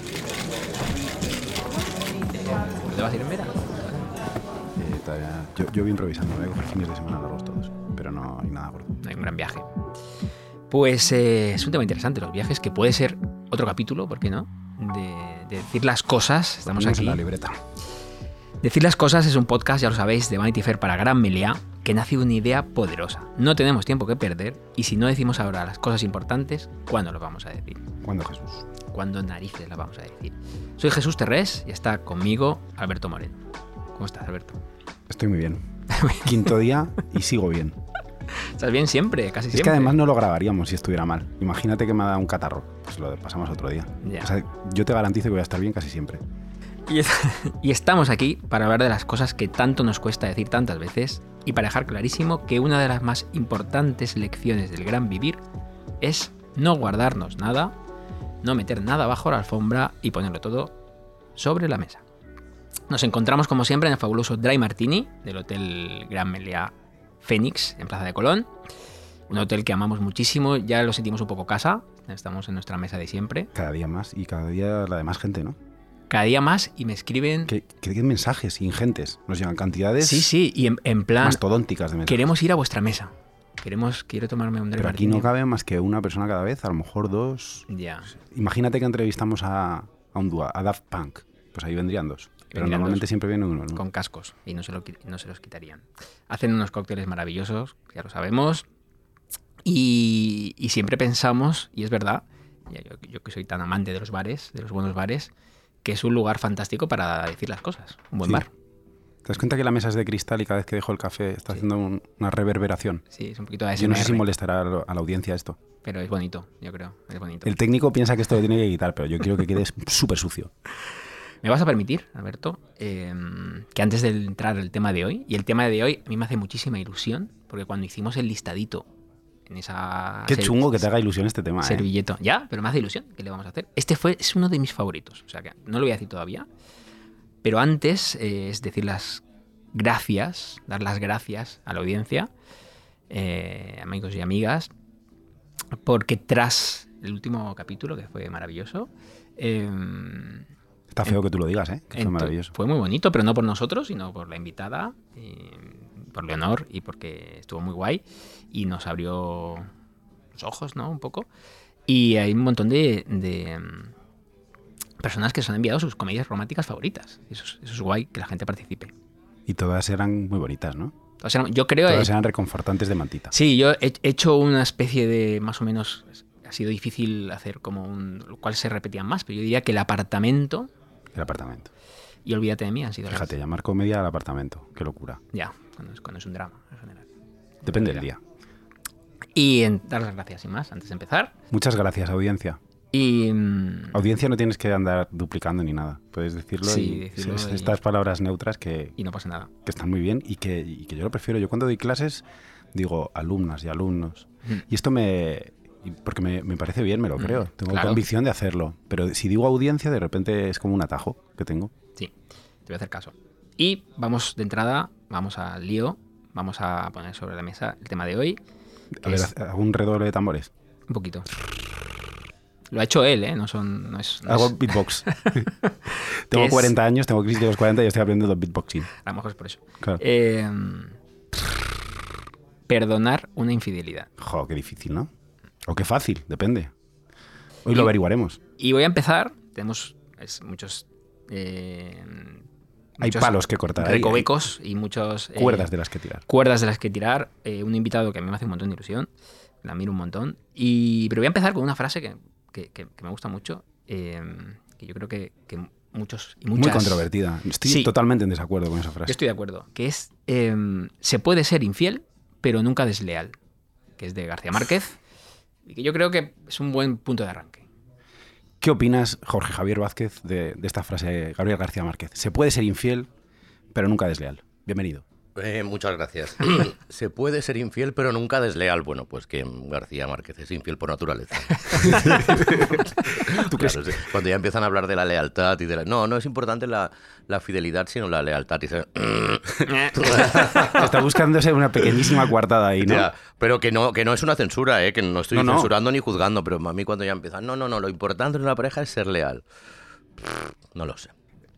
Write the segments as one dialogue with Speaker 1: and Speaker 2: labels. Speaker 1: Eh, Yo, yo voy improvisando, voy a coger fines de semana largos todos, pero no hay nada gordo.
Speaker 2: No hay un gran viaje. Pues eh, es un tema interesante, los viajes, que puede ser otro capítulo, ¿por qué no? De, de decir las cosas. Estamos
Speaker 1: Ponemos en
Speaker 2: aquí.
Speaker 1: la libreta.
Speaker 2: Decir las cosas es un podcast, ya lo sabéis, de Vanity Fair para Gran Melea, que nace de una idea poderosa. No tenemos tiempo que perder y si no decimos ahora las cosas importantes, ¿cuándo las vamos a decir?
Speaker 1: ¿Cuándo Jesús?
Speaker 2: ¿Cuándo narices las vamos a decir? Soy Jesús Terrés y está conmigo Alberto Moreno. ¿Cómo estás, Alberto?
Speaker 1: Estoy muy bien. Quinto día y sigo bien.
Speaker 2: ¿Estás bien siempre? Casi
Speaker 1: Es que
Speaker 2: siempre.
Speaker 1: además no lo grabaríamos si estuviera mal. Imagínate que me ha dado un catarro. Pues lo pasamos otro día.
Speaker 2: Ya.
Speaker 1: O sea, yo te garantizo que voy a estar bien casi siempre.
Speaker 2: Y, es- y estamos aquí para hablar de las cosas que tanto nos cuesta decir tantas veces y para dejar clarísimo que una de las más importantes lecciones del gran vivir es no guardarnos nada, no meter nada bajo la alfombra y ponerlo todo sobre la mesa. Nos encontramos como siempre en el fabuloso Dry Martini del Hotel Gran Meliá Fénix en Plaza de Colón. Un hotel que amamos muchísimo, ya lo sentimos un poco casa, estamos en nuestra mesa de siempre.
Speaker 1: Cada día más y cada día la demás gente, ¿no?
Speaker 2: Cada día más y me escriben...
Speaker 1: ¿Qué, qué- qué mensajes ingentes? Nos llegan cantidades
Speaker 2: Sí, sí, y en, en plan,
Speaker 1: mastodónticas de mensajes.
Speaker 2: queremos ir a vuestra mesa. Queremos, quiero tomarme un dry
Speaker 1: Pero aquí
Speaker 2: martini.
Speaker 1: no cabe más que una persona cada vez, a lo mejor dos.
Speaker 2: Ya.
Speaker 1: Imagínate que entrevistamos a, a un dúo, a Daft Punk. Pues ahí vendrían dos. Pero
Speaker 2: Vendrían
Speaker 1: normalmente
Speaker 2: dos.
Speaker 1: siempre viene uno. ¿no?
Speaker 2: con cascos y no se, lo qui- no se los quitarían. Hacen unos cócteles maravillosos, ya lo sabemos. Y, y siempre pensamos, y es verdad, ya yo, yo que soy tan amante de los bares, de los buenos bares, que es un lugar fantástico para decir las cosas. Un buen
Speaker 1: Sí.
Speaker 2: bar.
Speaker 1: ¿Te das cuenta que la mesa es de cristal y cada vez que dejo el café está
Speaker 2: Sí.
Speaker 1: haciendo un- una reverberación?
Speaker 2: Sí, es un poquito de
Speaker 1: Yo no sé si molestará a lo- a la audiencia esto.
Speaker 2: pero es bonito, yo creo. Es bonito.
Speaker 1: El técnico piensa que esto lo tiene que quitar, pero yo quiero que quede súper sucio.
Speaker 2: ¿Me vas a permitir, Alberto, eh, que antes de entrar el tema de hoy, y el tema de hoy a mí me hace muchísima ilusión, porque cuando hicimos el listadito en esa
Speaker 1: Qué
Speaker 2: servi-
Speaker 1: chungo que te haga ilusión este tema. ¿eh?
Speaker 2: servilleta, ya, pero me hace ilusión, ¿qué le vamos a hacer? Este fue, es uno de mis favoritos, o sea que no lo voy a decir todavía, pero antes eh, es decir las gracias, dar las gracias a la audiencia, eh, amigos y amigas, porque tras el último capítulo, que fue maravilloso, em,
Speaker 1: Está feo que tú lo digas, ¿eh? Que fue
Speaker 2: Ento-
Speaker 1: maravilloso.
Speaker 2: Fue muy bonito, pero no por nosotros, sino por la invitada, eh, por Leonor y porque estuvo muy guay y nos abrió los ojos, ¿no? Un poco. Y hay un montón de, de, mm, personas que se han enviado sus comedias románticas favoritas. Eso es, eso es guay, que la gente participe.
Speaker 1: Y todas eran muy bonitas, ¿no?
Speaker 2: O sea, yo creo...
Speaker 1: Todas
Speaker 2: eh,
Speaker 1: eran reconfortantes de mantita.
Speaker 2: sí, yo he he hecho una especie de, más o menos, ha sido difícil hacer como un... lo cual se repetían más, pero yo diría que el apartamento
Speaker 1: El apartamento.
Speaker 2: y Olvídate de mí han sido... las-
Speaker 1: Fíjate, llamar comedia al apartamento. Qué locura.
Speaker 2: Ya, cuando es, cuando es un drama, en general.
Speaker 1: Depende del día.
Speaker 2: Y en- dar las gracias y más antes de empezar.
Speaker 1: Muchas gracias, audiencia.
Speaker 2: Y mm,
Speaker 1: Audiencia no tienes que andar duplicando ni nada. Puedes decirlo,
Speaker 2: Sí,
Speaker 1: y
Speaker 2: decirlo
Speaker 1: es-
Speaker 2: y-
Speaker 1: estas palabras neutras que,
Speaker 2: y no pasa nada.
Speaker 1: que están muy bien y que, y que yo lo prefiero. Yo cuando doy clases digo alumnas y alumnos.
Speaker 2: Mm.
Speaker 1: Y esto me... y Porque me, me parece bien, me lo
Speaker 2: Mm,
Speaker 1: creo. Tengo
Speaker 2: claro.
Speaker 1: convicción de hacerlo. Pero si digo audiencia, de repente es como un atajo que tengo.
Speaker 2: Sí, te voy a hacer caso. Y vamos de entrada, vamos al lío, vamos a poner sobre la mesa el tema de hoy.
Speaker 1: A
Speaker 2: que
Speaker 1: ver,
Speaker 2: es
Speaker 1: hago un redoble de tambores.
Speaker 2: un poquito. Lo ha hecho él, ¿eh? No, son, no es, no
Speaker 1: Hago
Speaker 2: es-
Speaker 1: beatbox. tengo
Speaker 2: es?
Speaker 1: 40 años, tengo crisis de los 40 y estoy aprendiendo beatboxing.
Speaker 2: a lo mejor es por eso.
Speaker 1: Claro.
Speaker 2: Eh, perdonar una infidelidad.
Speaker 1: Jo, qué difícil, ¿no? O qué fácil, depende.
Speaker 2: Y-
Speaker 1: Hoy lo averiguaremos.
Speaker 2: Y voy a empezar. Tenemos es, muchos, eh,
Speaker 1: Hay
Speaker 2: muchos
Speaker 1: palos que cortar. hay-
Speaker 2: recovecos y muchos...
Speaker 1: hay
Speaker 2: eh,
Speaker 1: cuerdas de las que tirar.
Speaker 2: cuerdas de las que tirar. eh, un invitado que a mí me hace un montón de ilusión. La miro un montón. Y, pero voy a empezar con una frase que, que- que- que me gusta mucho. eh, que yo creo que, que muchos y muchas.
Speaker 1: Muy controvertida. Estoy
Speaker 2: Sí.
Speaker 1: totalmente en desacuerdo con esa
Speaker 2: Yo
Speaker 1: frase.
Speaker 2: estoy de acuerdo. Que es. eh, se puede ser infiel, pero nunca desleal. Que es de García Márquez. Y que yo creo que es un buen punto de arranque.
Speaker 1: ¿Qué opinas, Jorge Javier Vázquez, de, de esta frase de Gabriel García Márquez? Se puede ser infiel, pero nunca desleal. Bienvenido.
Speaker 3: Eh, muchas gracias. Se puede ser infiel, pero nunca desleal. Bueno, pues que García Márquez es infiel por naturaleza. Claro, sí. Cuando ya empiezan a hablar de la lealtad y de la... No, no es importante la, la fidelidad, sino la lealtad. Y se-
Speaker 2: Eh,
Speaker 1: Está buscándose una pequeñísima coartada ahí, ¿no?
Speaker 3: Ya, pero que no, que no es una censura, ¿eh? que no estoy
Speaker 1: No, no.
Speaker 3: censurando ni juzgando, pero a mí cuando ya empiezan, no, no, no, lo importante en una pareja es ser leal. No lo sé.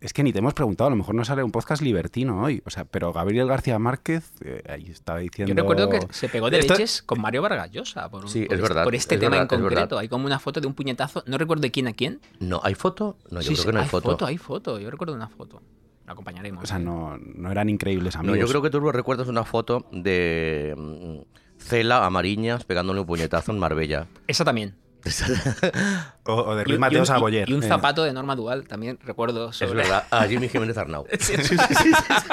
Speaker 1: es que ni te hemos preguntado, a lo mejor no sale un podcast libertino hoy. O sea, pero Gabriel García Márquez eh, ahí estaba diciendo.
Speaker 2: Yo recuerdo que se pegó de
Speaker 1: Esto-
Speaker 2: leches con Mario Vargas Llosa por, un-
Speaker 3: Sí,
Speaker 2: por
Speaker 3: es
Speaker 2: este,
Speaker 3: verdad,
Speaker 2: por este
Speaker 3: es
Speaker 2: tema
Speaker 3: verdad,
Speaker 2: en
Speaker 3: es verdad.
Speaker 2: concreto. Hay como una foto de un puñetazo, no recuerdo de quién a quién.
Speaker 3: No, ¿hay foto? No, yo
Speaker 2: Sí,
Speaker 3: creo
Speaker 2: sí,
Speaker 3: que no hay, foto.
Speaker 2: Hay foto, yo recuerdo una foto. La acompañaremos.
Speaker 1: O sea,
Speaker 2: ¿eh?
Speaker 1: no, no eran increíbles
Speaker 3: No,
Speaker 1: amigos.
Speaker 3: yo creo que tú lo recuerdas una foto de mm, Cela a Mariñas pegándole un puñetazo en Marbella.
Speaker 2: Esa también.
Speaker 1: o, o de
Speaker 2: Y- y
Speaker 1: Luis
Speaker 2: un-
Speaker 1: Mateos a
Speaker 2: y-
Speaker 1: Boyer.
Speaker 2: Y un
Speaker 1: eh.
Speaker 2: zapato de Norma Dual, también recuerdo
Speaker 3: Es
Speaker 2: sobre...
Speaker 3: verdad, a Jimmy Jiménez Arnau.
Speaker 2: Sí, sí,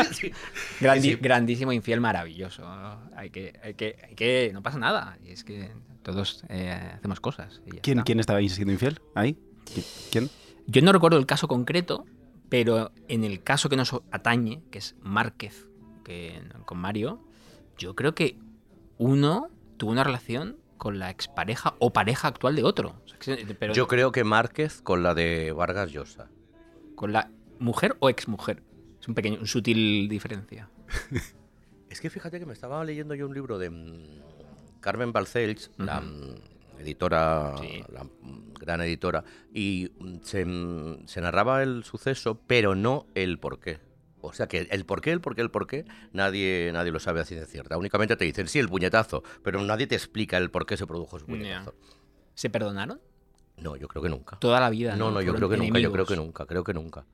Speaker 2: Grandi- Grandísimo infiel maravilloso. ¿no? Hay que, hay que, hay que, no pasa nada. Y es que todos eh, hacemos cosas. y ya
Speaker 1: ¿Quién,
Speaker 2: está.
Speaker 1: ¿Quién estaba ahí siendo infiel? ¿Ahí? ¿Qui- ¿Quién?
Speaker 2: Yo no recuerdo el caso concreto, pero en el caso que nos atañe, que es Márquez que, con Mario, yo creo que uno tuvo una relación con la expareja o pareja actual de otro. O sea, que se- pero
Speaker 3: Yo creo que Márquez con la de Vargas Llosa.
Speaker 2: con la mujer o exmujer. Es un pequeño, un sutil diferencia.
Speaker 3: Es que fíjate que me estaba leyendo yo un libro de mm, Carmen Balcells, la mm, editora,
Speaker 2: Sí.
Speaker 3: la mm, gran editora, y mm, se, mm, se narraba el suceso, pero no el porqué. O sea que el porqué, el porqué, el porqué, nadie, nadie lo sabe a ciencia cierta. Únicamente te dicen, sí, el puñetazo, pero nadie te explica el por qué se produjo ese
Speaker 2: Ya.
Speaker 3: puñetazo.
Speaker 2: ¿Se perdonaron?
Speaker 3: No, yo creo que nunca.
Speaker 2: Toda la vida.
Speaker 3: No, no, yo
Speaker 2: Fueron
Speaker 3: creo que nunca, yo
Speaker 2: enemigos.
Speaker 3: creo que nunca, creo que nunca.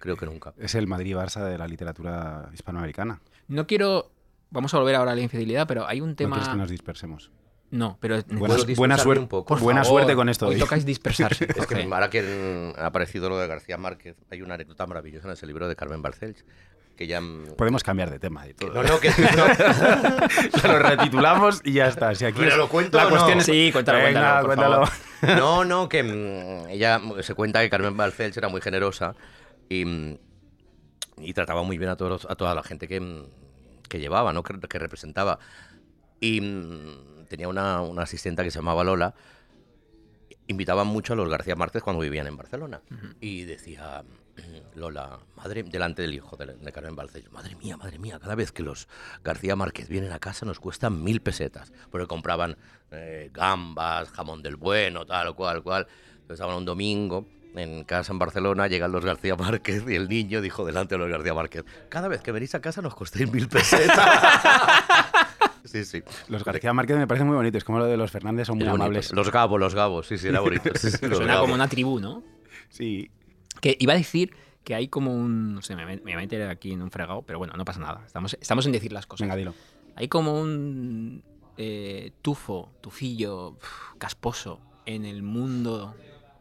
Speaker 3: Creo que nunca.
Speaker 1: Es el Madrid-Barça de la literatura hispanoamericana.
Speaker 2: No quiero. Vamos a volver ahora a la infidelidad, pero hay un
Speaker 1: No
Speaker 2: tema.
Speaker 1: quieres que
Speaker 2: No,
Speaker 1: nos dispersemos.
Speaker 2: pero.
Speaker 1: Buena,
Speaker 3: dispersarme
Speaker 1: buena suerte,
Speaker 3: un poco?
Speaker 1: buena
Speaker 2: Por favor,
Speaker 1: suerte con esto.
Speaker 2: Hoy
Speaker 1: hoy.
Speaker 2: tocáis dispersarse.
Speaker 3: Es que
Speaker 2: Jorge.
Speaker 3: ahora que mm, ha aparecido lo de García Márquez, hay una anécdota maravillosa en ese libro de Carmen Barcells que ya... mm,
Speaker 1: Podemos cambiar de tema. y
Speaker 3: que-
Speaker 1: todo.
Speaker 3: no, no, que... no.
Speaker 1: lo retitulamos y ya está. Si aquí
Speaker 3: ¿Pero
Speaker 1: es-
Speaker 3: lo cuento
Speaker 1: la
Speaker 3: o no?
Speaker 1: cuestión es...
Speaker 2: Sí, cuéntalo,
Speaker 1: Venga,
Speaker 2: cuéntalo, por
Speaker 1: cuéntalo.
Speaker 2: favor.
Speaker 3: No, no, que mm, ella mm, se cuenta que Carmen Balcells era muy generosa y, mm, y trataba muy bien a, todos, los- a toda la gente que, mm, que llevaba, ¿no? que, que representaba. Y mm, tenía una, una asistenta que se llamaba Lola. Invitaban mucho a los García Márquez cuando vivían en Barcelona. Y decía mm, Lola, madre, delante del hijo de, de Carmen Balcells, madre mía, madre mía, cada vez que los García Márquez vienen a casa nos cuestan mil pesetas, porque compraban eh, gambas, jamón del bueno, tal, cual, cual. Entonces estaban un domingo en casa en Barcelona, llegan los García Márquez y el niño dijo delante de los García Márquez, cada vez que venís a casa nos costéis mil pesetas. sí, sí.
Speaker 1: Los García Márquez me parecen muy bonitos, como lo de los Fernández son muy
Speaker 3: Es bonito.
Speaker 1: amables.
Speaker 3: Los gabos, los gabos, sí, sí, era bonito. Sí, sí, los
Speaker 2: Suena
Speaker 3: Gabo.
Speaker 2: como una tribu, ¿no?
Speaker 1: Sí.
Speaker 2: Que iba a decir que hay como un. No sé, me, me voy a meter aquí en un fregado, pero bueno, no pasa nada. Estamos, estamos en decir las cosas.
Speaker 1: Venga, dilo.
Speaker 2: Hay como un eh, tufo, tufillo, uf, casposo en el mundo,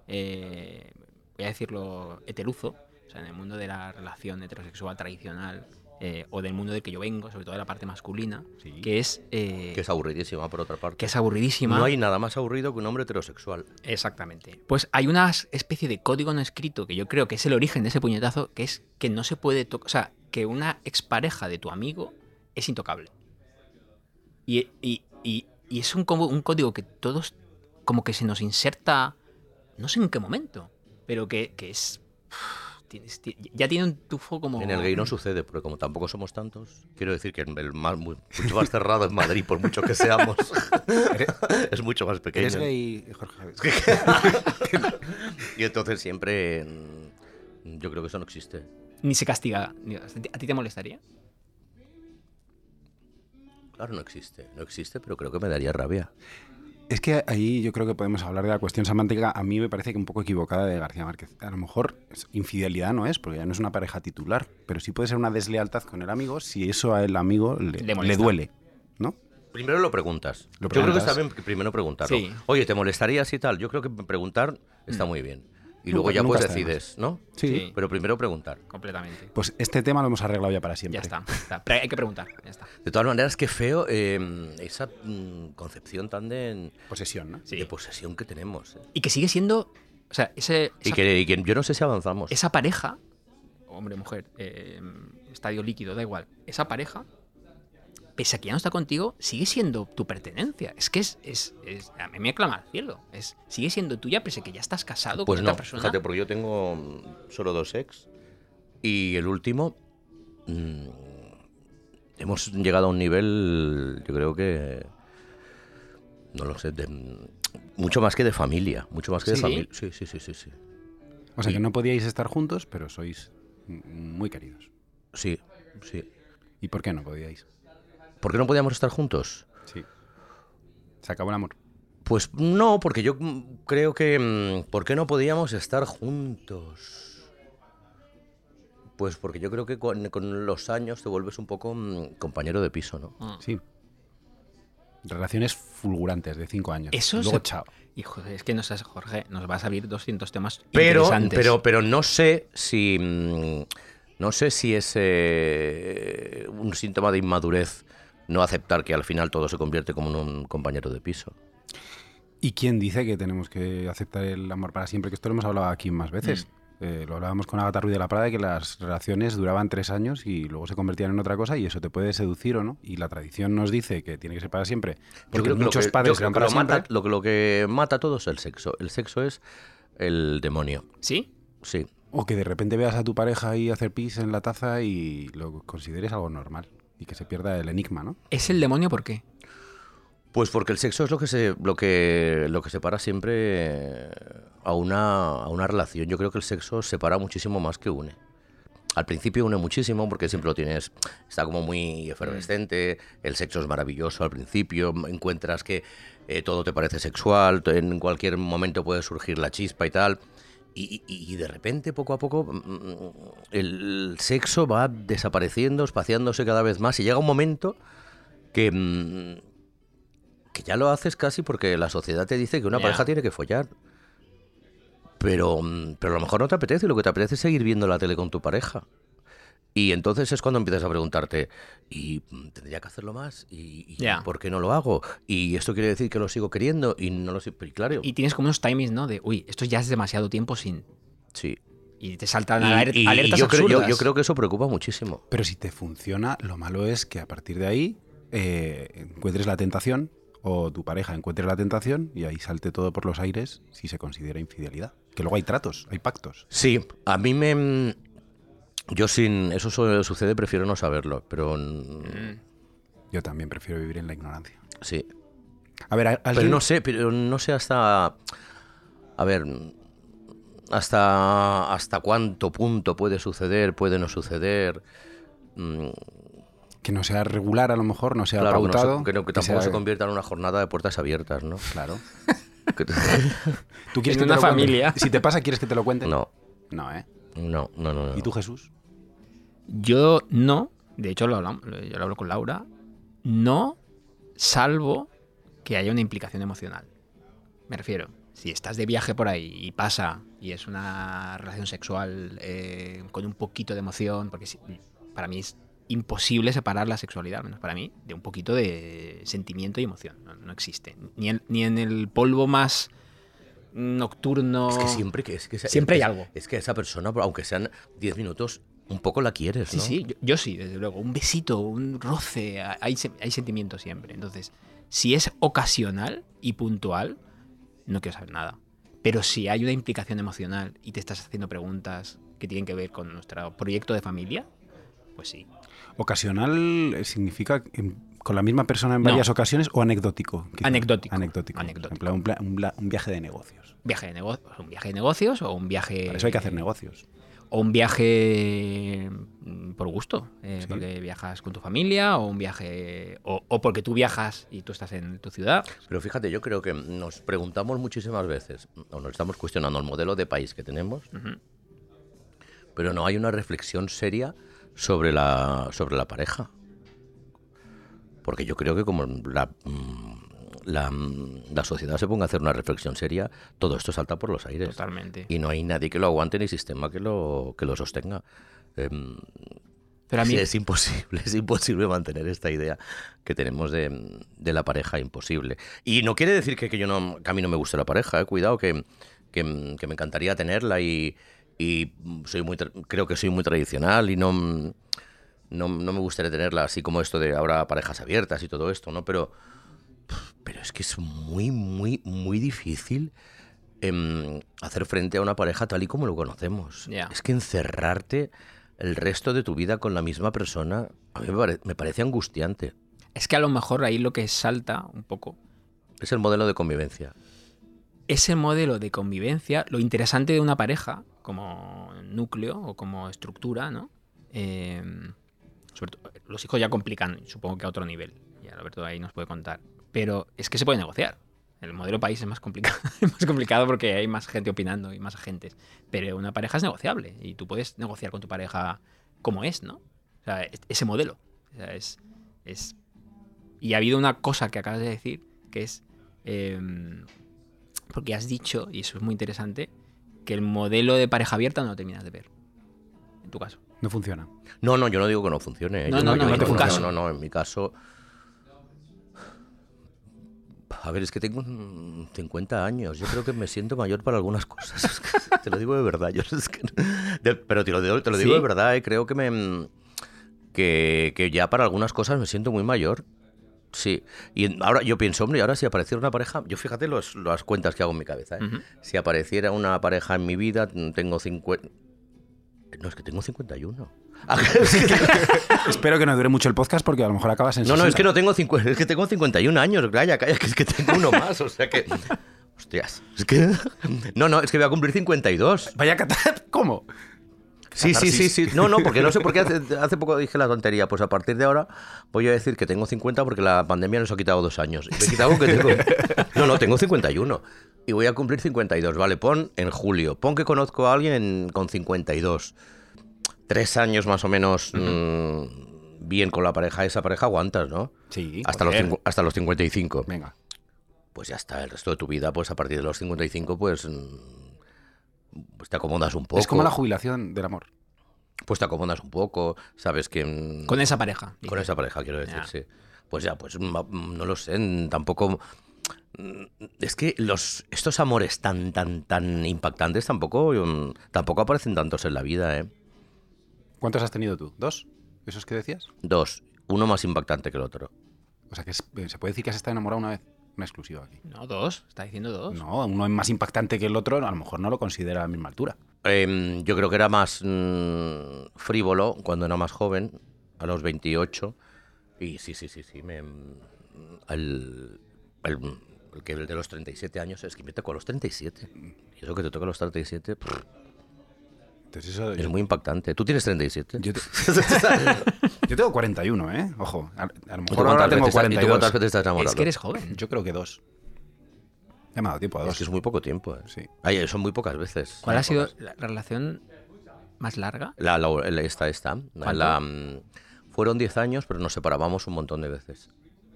Speaker 2: eh, voy a decirlo, heteruzo, o sea, en el mundo de la relación heterosexual tradicional eh, o del mundo del que yo vengo, sobre todo de la parte masculina,
Speaker 1: Sí.
Speaker 2: que es, eh,
Speaker 3: Que es aburridísima, por otra parte.
Speaker 2: que es aburridísima.
Speaker 3: No hay nada más aburrido que un hombre heterosexual.
Speaker 2: Exactamente. Pues hay una especie de código no escrito que yo creo que es el origen de ese puñetazo, que es que no se puede tocar. O sea, que una expareja de tu amigo es intocable. Y, y- y- y es un, como- un código que todos, como que se nos inserta, no sé en qué momento, pero que, que es. tienes- ti- ya tiene un tufo como.
Speaker 3: En el gay no sucede, porque como tampoco somos tantos, quiero decir que el más, mu- mucho más cerrado en Madrid, por mucho que seamos, es mucho más pequeño.
Speaker 1: ¿Eres gay, Jorge?
Speaker 3: Y entonces siempre, mm, yo creo que eso no existe.
Speaker 2: Ni se castiga. Ni- ¿A ti- a ti te molestaría?
Speaker 3: Claro, no existe, no existe, pero creo que me daría rabia.
Speaker 1: Es que ahí yo creo que podemos hablar de la cuestión semántica, a mí me parece que un poco equivocada de García Márquez. A lo mejor es- infidelidad no es, porque ya no es una pareja titular, pero sí puede ser una deslealtad con el amigo si eso al amigo le,
Speaker 2: Le
Speaker 1: le
Speaker 2: molesta.
Speaker 1: duele. ¿No?
Speaker 3: Primero lo preguntas.
Speaker 1: Lo
Speaker 3: Yo creo que
Speaker 1: preguntas.
Speaker 3: está bien que primero preguntarlo.
Speaker 2: Sí.
Speaker 3: Oye, ¿te molestaría si tal? Yo creo que preguntar está muy bien. Y luego
Speaker 1: Mm. Nunca-
Speaker 3: ya
Speaker 1: nunca
Speaker 3: pues
Speaker 1: está de más.
Speaker 3: decides, ¿no?
Speaker 2: Sí.
Speaker 3: Pero primero preguntar.
Speaker 2: Completamente.
Speaker 1: Pues este tema lo hemos arreglado ya para siempre.
Speaker 2: Ya está, ya está. Pero hay que preguntar. Ya está.
Speaker 3: De todas maneras, qué feo eh, esa mm, concepción tan de,
Speaker 1: Posesión, ¿no?
Speaker 2: Sí.
Speaker 3: de posesión que tenemos. eh.
Speaker 2: Y que sigue siendo. O sea, ese,
Speaker 3: Y
Speaker 2: esa,
Speaker 3: que, y que yo no sé si avanzamos.
Speaker 2: esa pareja, pues, hombre, mujer, eh, estadio líquido, da igual. Esa pareja, pese a que ya no está contigo, sigue siendo tu pertenencia. Es que es. es, es- a mí me aclama al cielo. Es, sigue siendo tuya, pese a que ya estás casado
Speaker 3: Pues
Speaker 2: con
Speaker 3: no,
Speaker 2: otra persona.
Speaker 3: fíjate, porque yo tengo mm, solo dos ex y el último mm, hemos llegado a un nivel, yo creo que no lo sé, de, mm, mucho más que de familia, mucho más que de
Speaker 2: ¿Sí?
Speaker 3: familia. Sí, sí, sí, sí, sí.
Speaker 1: O sea que no podíais estar juntos, pero sois muy queridos.
Speaker 3: Sí, sí.
Speaker 1: ¿Y por qué no podíais?
Speaker 3: ¿Por qué no podíamos estar juntos?
Speaker 1: Sí. Se acabó el amor.
Speaker 3: Pues no, porque yo mm, creo que... mm, ¿Por qué no podíamos estar juntos? Pues porque yo creo que con, con los años te vuelves un poco mm, compañero de piso, ¿no?
Speaker 2: Mm.
Speaker 1: Sí. Relaciones fulgurantes de cinco años.
Speaker 2: Eso
Speaker 1: Luego,
Speaker 2: se-
Speaker 1: chao.
Speaker 2: Hijo, es que no seas Jorge, nos vas a abrir 200 temas
Speaker 3: Pero,
Speaker 2: interesantes.
Speaker 3: pero, pero no sé si. mm, No sé si es eh, un síntoma de inmadurez no aceptar que al final todo se convierte como en un compañero de piso.
Speaker 1: ¿Y quién dice que tenemos que aceptar el amor para siempre? Que esto lo hemos hablado aquí más veces.
Speaker 3: Mm.
Speaker 1: Eh, lo hablábamos con Agatha Ruiz de la Prada, que las relaciones duraban tres años y luego se convertían en otra cosa y eso te puede seducir o no. Y la tradición nos dice que tiene que ser para siempre. Porque
Speaker 3: que lo
Speaker 1: muchos
Speaker 3: que- yo
Speaker 1: padres
Speaker 3: creo
Speaker 1: eran
Speaker 3: que
Speaker 1: para
Speaker 3: lo, mata,
Speaker 1: siempre.
Speaker 3: lo, que- lo que mata todo es el sexo. El sexo es el demonio.
Speaker 2: ¿Sí?
Speaker 3: Sí.
Speaker 1: O que de repente veas a tu pareja ahí hacer pis en la taza y lo consideres algo normal. Y que se pierda el enigma, ¿no?
Speaker 2: ¿Es el demonio por qué?
Speaker 3: Pues porque el sexo es lo que se, lo que, lo que separa siempre eh, a una, a una relación. Yo creo que el sexo separa muchísimo más que une. Al principio une muchísimo porque siempre lo tienes, está como muy efervescente, el sexo es maravilloso al principio, encuentras que eh, todo te parece sexual, t- en cualquier momento puede surgir la chispa y tal, y, y- y de repente poco a poco mm, el sexo va desapareciendo, espaciándose cada vez más y llega un momento que, mm, que ya lo haces casi porque la sociedad te dice que una
Speaker 2: Ya.
Speaker 3: pareja tiene que follar. Pero, mm, pero a lo mejor no te apetece, lo que te apetece es seguir viendo la tele con tu pareja. Y entonces es cuando empiezas a preguntarte, ¿y mm, tendría que hacerlo más? ¿Y, y
Speaker 2: Ya.
Speaker 3: por qué no lo hago? ¿Y esto quiere decir que lo sigo queriendo? Y no lo sigo. Y claro,
Speaker 2: Y tienes como unos timings, ¿no? De, uy, esto ya es demasiado tiempo sin...
Speaker 3: sí.
Speaker 2: Y te saltan
Speaker 3: Y-
Speaker 2: aler-
Speaker 3: y- y
Speaker 2: alertas
Speaker 3: yo creo, yo-
Speaker 2: absurdas.
Speaker 3: yo creo que eso preocupa muchísimo.
Speaker 1: Pero si te funciona, lo malo es que a partir de ahí eh, encuentres la tentación o tu pareja encuentre la tentación y ahí salte todo por los aires si se considera infidelidad. Que luego hay tratos, hay pactos.
Speaker 3: Sí, a mí me... mm, Yo sin eso su- sucede prefiero no saberlo, pero mm,
Speaker 1: Yo también prefiero vivir en la ignorancia.
Speaker 3: sí.
Speaker 1: A ver, ¿a-
Speaker 3: Pero
Speaker 1: alguien-
Speaker 3: no sé, pero no sé hasta... A ver, hasta, hasta cuánto punto puede suceder, puede no suceder. Mm,
Speaker 1: que no sea regular a lo mejor, no sea
Speaker 3: claro, que, no se-
Speaker 1: pautado.
Speaker 3: que no- que
Speaker 1: que
Speaker 3: tampoco
Speaker 1: sea-
Speaker 3: se convierta en una jornada de puertas abiertas, ¿no?
Speaker 1: Claro.
Speaker 3: Que-
Speaker 1: ¿Tú
Speaker 2: Es
Speaker 1: quieres que
Speaker 2: una
Speaker 1: te lo cuente?
Speaker 2: familia.
Speaker 1: Si te pasa, ¿quieres que te lo cuente?
Speaker 3: no,
Speaker 1: No, ¿eh?
Speaker 3: no, no, no. no.
Speaker 1: ¿Y tú, Jesús?
Speaker 2: Yo no, de hecho lo hablamos, yo lo hablo con Laura, no salvo que haya una implicación emocional. Me refiero, si estás de viaje por ahí y pasa y es una relación sexual eh, con un poquito de emoción, porque si- para mí es imposible separar la sexualidad, al menos para mí, de un poquito de sentimiento y emoción. No, no existe. Ni en, ni en el polvo más nocturno.
Speaker 3: Es que siempre que es que esa-
Speaker 2: Siempre hay
Speaker 3: es-
Speaker 2: algo.
Speaker 3: Es que esa persona, aunque sean 10 minutos, un poco la quieres,
Speaker 2: Sí,
Speaker 3: ¿no?
Speaker 2: sí, yo, yo sí, desde luego. Un besito, un roce, a- hay, se- hay sentimiento siempre. Entonces, si es ocasional y puntual, no quiero saber nada. Pero si hay una implicación emocional y te estás haciendo preguntas que tienen que ver con nuestro proyecto de familia, pues sí.
Speaker 1: ¿Ocasional eh, significa en- con la misma persona en
Speaker 2: No.
Speaker 1: varias ocasiones o anecdótico? quizá?
Speaker 2: Anecdótico.
Speaker 1: Anecdótico.
Speaker 2: Anecdótico.
Speaker 1: En plan, un pla- un pla- un viaje de negocios.
Speaker 2: Viaje de nego- pues un viaje de negocios o un viaje.
Speaker 1: Para eso hay que hacer negocios.
Speaker 2: O un viaje mm, por gusto, eh,
Speaker 1: Sí.
Speaker 2: porque viajas con tu familia, o un viaje. O, o porque tú viajas y tú estás en tu ciudad.
Speaker 3: Pero fíjate, yo creo que nos preguntamos muchísimas veces, o nos estamos cuestionando el modelo de país que tenemos,
Speaker 2: Ujú.
Speaker 3: pero no hay una reflexión seria sobre la, sobre la pareja. Porque yo creo que como la, mm, la, mm, la sociedad se ponga a hacer una reflexión seria, todo esto salta por los
Speaker 1: Pues
Speaker 3: aires.
Speaker 2: Totalmente.
Speaker 3: Y no hay nadie que lo aguante ni sistema que lo, que lo sostenga. Em,
Speaker 2: Pero a mí.
Speaker 3: Sí, es imposible, es imposible mantener esta idea que tenemos de, de la pareja, imposible. Y no quiere decir que, que yo no, que a mí no me guste la pareja, eh, cuidado, que, que- que me encantaría tenerla y, y soy muy, tra- creo que soy muy tradicional y no, no, no me gustaría tenerla así como esto de ahora parejas abiertas y todo esto, ¿no? Pero, pero es que es muy, muy, muy difícil em, hacer frente a una pareja tal y como lo conocemos.
Speaker 2: Ya.
Speaker 3: Es que encerrarte el resto de tu vida con la misma persona, a mí me, pare- me parece angustiante.
Speaker 2: Es que a lo mejor ahí lo que salta un poco
Speaker 3: Es el modelo de convivencia.
Speaker 2: ese modelo de convivencia, lo interesante de una pareja como núcleo o como estructura, ¿no? Eh, sobre todo, los hijos ya complican, supongo que a otro nivel. Ya Roberto ahí nos puede contar. Pero es que se puede negociar. El modelo país es más complicado, es más complicado porque hay más gente opinando y más agentes. Pero una pareja es negociable y tú puedes negociar con tu pareja como es, ¿no? O sea, es- ese modelo. O sea, es, es... Y ha habido una cosa que acabas de decir, que es... em, porque has dicho, y eso es muy interesante, que el modelo de pareja abierta no lo terminas de ver. En tu caso.
Speaker 1: No funciona.
Speaker 3: No, no, yo no digo que no funcione. ¿eh?
Speaker 2: No,
Speaker 3: Yo
Speaker 2: no,
Speaker 3: yo
Speaker 1: no, en
Speaker 3: digo-
Speaker 1: tu caso.
Speaker 3: no, no, en mi caso. A ver, es que tengo mm, 50 años. Yo creo que me siento mayor para algunas cosas. Es que te lo digo de verdad. Yo es que- de- pero te lo, digo- te lo digo
Speaker 2: ¿Sí?
Speaker 3: de verdad. ¿eh? Creo que me mm, que, que ya para algunas cosas me siento muy mayor. Sí. Y ahora yo pienso, hombre, ahora si apareciera una pareja. Yo fíjate los, las cuentas que hago en mi cabeza. ¿eh?
Speaker 2: Ujú.
Speaker 3: Si apareciera una pareja en mi vida, tengo 50. No, es que tengo 51. Ah, es que tengo-
Speaker 1: Espero que no dure mucho el podcast porque a lo mejor acabas en
Speaker 3: no, no, es
Speaker 1: 60.
Speaker 3: que no tengo 50, es que tengo 51 años, calla, calla, que es que tengo uno más, o sea que hostias, es que no, no, es que voy a cumplir 52.
Speaker 1: Vaya catar. ¿Cómo?
Speaker 3: Sí, sí, sí,
Speaker 1: Catarsis.
Speaker 3: sí. No, no, porque no sé por qué hace, hace poco dije la tontería, pues a partir de ahora voy a decir que tengo 50 porque la pandemia nos ha quitado dos años. Me he quitado que tengo No, no, tengo 51 y voy a cumplir 52, vale, pon en julio, pon que conozco a alguien con 52. Tres años más o menos mm, bien con la pareja, esa pareja aguantas, ¿no?
Speaker 1: Sí.
Speaker 3: Hasta los,
Speaker 1: joder.
Speaker 3: cincu- hasta los 55.
Speaker 1: Venga.
Speaker 3: Pues ya está, el resto de tu vida, pues a partir de los 55, pues, mm, pues te acomodas un poco.
Speaker 1: Es como la jubilación del amor.
Speaker 3: Pues te acomodas un poco, sabes que... mm,
Speaker 2: Con esa pareja.
Speaker 3: con
Speaker 2: dices.
Speaker 3: esa pareja, quiero decir,
Speaker 2: Ya.
Speaker 3: sí. Pues ya, pues ma- no lo sé, mm, tampoco... mm, Es que los, estos amores tan, tan, tan impactantes tampoco, mm, tampoco aparecen tantos en la vida, ¿eh?
Speaker 1: ¿Cuántos has tenido tú? ¿Dos? ¿Esos que decías?
Speaker 3: Dos, uno más impactante que el otro.
Speaker 1: O sea, que es- eh, se puede decir que has estado enamorado una vez. Una exclusiva aquí.
Speaker 2: No, dos. Está diciendo dos.
Speaker 1: No, uno es más impactante que el otro, a lo mejor no lo considera a la misma altura.
Speaker 3: Em, yo creo que era más mm, frívolo cuando era más joven, a los 28. Y sí, sí, sí, sí. me- mm, el, el- el que el de los 37 años es que me tocó a los 37. Y eso que te toca a los 37 prr,
Speaker 1: Entonces eso...
Speaker 3: es
Speaker 1: Yo,
Speaker 3: muy impactante. ¿Tú tienes 37?
Speaker 1: yo te- yo tengo 41, ¿eh? Ojo. A, a lo
Speaker 3: ¿Y tú
Speaker 1: mejor ahora
Speaker 3: cuántas
Speaker 1: tengo
Speaker 3: veces estás- y
Speaker 1: 42.
Speaker 3: tú cuántas veces estás enamorado?
Speaker 2: Es que eres joven.
Speaker 1: Yo creo que dos. Ya me ha dado tiempo a dos.
Speaker 3: Es que es muy poco tiempo. eh.
Speaker 1: Sí.
Speaker 3: Ay, son muy pocas veces.
Speaker 2: ¿Cuál ha
Speaker 3: Muy
Speaker 2: sido
Speaker 3: pocas.
Speaker 2: la, la relación más larga?
Speaker 3: La, la- la- esta, esta. La- la, mm, fueron 10 años, pero nos separábamos un montón de veces.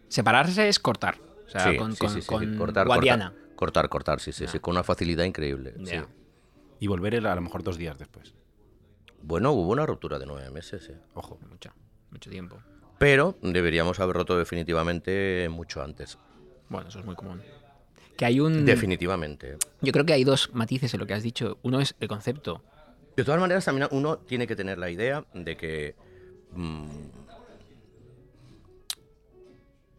Speaker 2: Separarse es cortar. O sea,
Speaker 3: Sí,
Speaker 2: con,
Speaker 3: sí,
Speaker 2: con-
Speaker 3: sí, sí,
Speaker 2: con
Speaker 3: sí, cortar,
Speaker 2: Guadiana.
Speaker 3: Cortar, cortar, cortar, sí, sí, sí, con una facilidad increíble.
Speaker 2: Ya.
Speaker 3: sí.
Speaker 1: Y volver el- a lo mejor dos días después.
Speaker 3: Bueno, hubo una ruptura de nueve meses, sí.
Speaker 2: Mm.
Speaker 1: Ojo.
Speaker 2: Mucho, mucho tiempo.
Speaker 3: Pero deberíamos haber roto definitivamente mucho antes.
Speaker 2: Bueno, eso es muy común. Que hay un.
Speaker 3: Definitivamente.
Speaker 2: Yo creo que hay dos matices en lo que has dicho. Uno es el concepto.
Speaker 3: De todas maneras, también uno tiene que tener la idea de que. mm,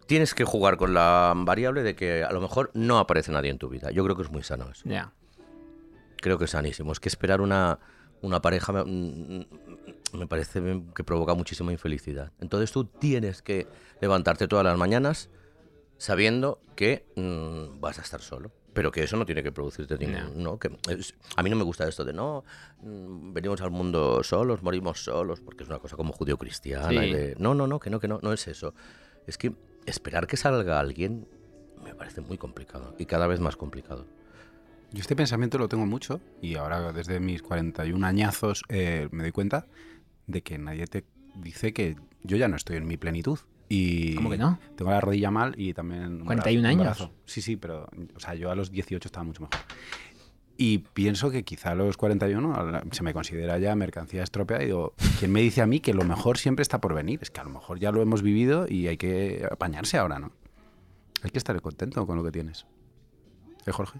Speaker 3: tienes que jugar con la variable de que a lo mejor no aparece nadie en tu vida. Yo creo que es muy sano eso.
Speaker 2: Ya.
Speaker 3: creo que es sanísimo. Es que esperar una, una pareja me, mm, me parece que provoca muchísima infelicidad. Entonces tú tienes que levantarte todas las mañanas sabiendo que mm, vas a estar solo. Pero que eso no tiene que producirte ningún... No. que es- a mí no me gusta esto de no, mm, venimos al mundo solos, morimos solos, porque es una cosa como judio-cristiana.
Speaker 2: Sí.
Speaker 3: y de- no, no, no, que no, que no, no es eso. Es que esperar que salga alguien me parece muy complicado y cada vez más complicado.
Speaker 1: Yo este pensamiento lo tengo mucho y ahora desde mis 41 añazos eh, me doy cuenta de que nadie te dice que yo ya no estoy en mi plenitud. Y
Speaker 2: ¿Cómo que no?
Speaker 1: Tengo la rodilla mal y también... un
Speaker 2: 41
Speaker 1: brazo- un
Speaker 2: años.
Speaker 1: brazo. Sí, sí, pero o sea, yo a los 18 estaba mucho mejor. Y pienso que quizá a los 41 a la- se me considera ya mercancía estropeada y digo, ¿quién me dice a mí que lo mejor siempre está por venir? Es que a lo mejor ya lo hemos vivido y hay que apañarse ahora, ¿no? Hay que estar contento con lo que tienes. ¿Eh, Jorge?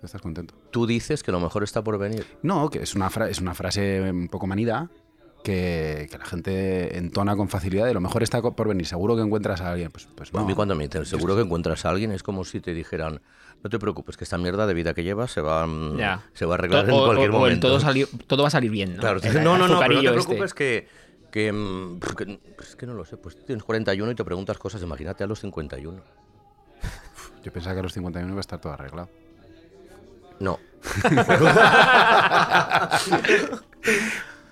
Speaker 1: ¿Tú estás contento?
Speaker 3: Tú dices que lo mejor está por venir.
Speaker 1: No, que es una, fra- es una frase un poco manida que, que la gente entona con facilidad de lo mejor está co- por venir, seguro que encuentras a alguien. Pues, pues no.
Speaker 3: A mí cuando me dicen, seguro que encuentras a alguien, es como si te dijeran, no te preocupes, que esta mierda de vida que llevas se va, mm,
Speaker 2: Ya.
Speaker 3: se va a arreglar
Speaker 2: O-
Speaker 3: en
Speaker 2: o-
Speaker 3: cualquier
Speaker 2: o el
Speaker 3: momento.
Speaker 2: todo, salió- todo va a salir bien, ¿no?
Speaker 3: Claro,
Speaker 2: El-
Speaker 3: dices, no,
Speaker 2: el
Speaker 3: no, no, pero no te
Speaker 2: azucarillo este.
Speaker 3: preocupes que, que, mm, pf, que- pues es que no lo sé, pues tienes 41 y te preguntas cosas, imagínate a los 51.
Speaker 1: Yo pensaba que a los 51 iba a estar todo arreglado.
Speaker 3: No,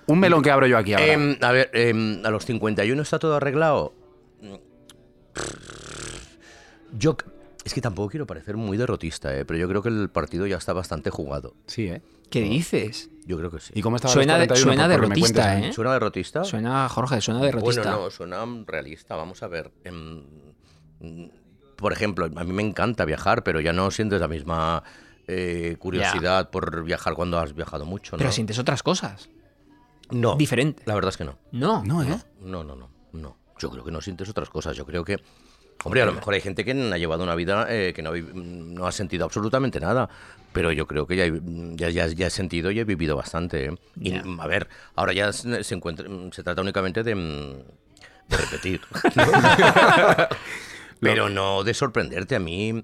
Speaker 1: Un melón que abro yo aquí ahora.
Speaker 3: Em, a ver, em, a los 51 está todo arreglado. Yo c- es que tampoco quiero parecer muy derrotista, eh, pero yo creo que el partido ya está bastante jugado.
Speaker 1: sí, ¿eh?
Speaker 2: ¿Qué dices?
Speaker 3: Yo creo que sí.
Speaker 1: ¿Y cómo estaba
Speaker 2: Suena de- suena derrotista, ¿eh?
Speaker 3: ¿Suena derrotista?
Speaker 2: Suena, Jorge, suena derrotista.
Speaker 3: Bueno, no, suena realista. Vamos a ver. em, mm, por ejemplo, a mí me encanta viajar, pero ya no sientes la misma eh, curiosidad por viajar cuando has viajado mucho, ¿no?
Speaker 2: Pero sientes otras cosas.
Speaker 3: No,
Speaker 2: Diferente.
Speaker 3: La verdad es que no.
Speaker 2: No.
Speaker 1: No, ¿eh?
Speaker 3: No, no, no, no. Yo creo que no sientes otras cosas. Yo creo que, hombre, a lo mejor hay gente que ha llevado una vida eh, que no, ha vi- no ha sentido absolutamente nada, pero yo creo que ya, he- ya, ya- ya he sentido y he vivido bastante. ¿eh? Y,
Speaker 2: Ya.
Speaker 3: A ver, ahora ya se, se encuentra, se trata únicamente de, mm, de repetir, pero no de sorprenderte. A mí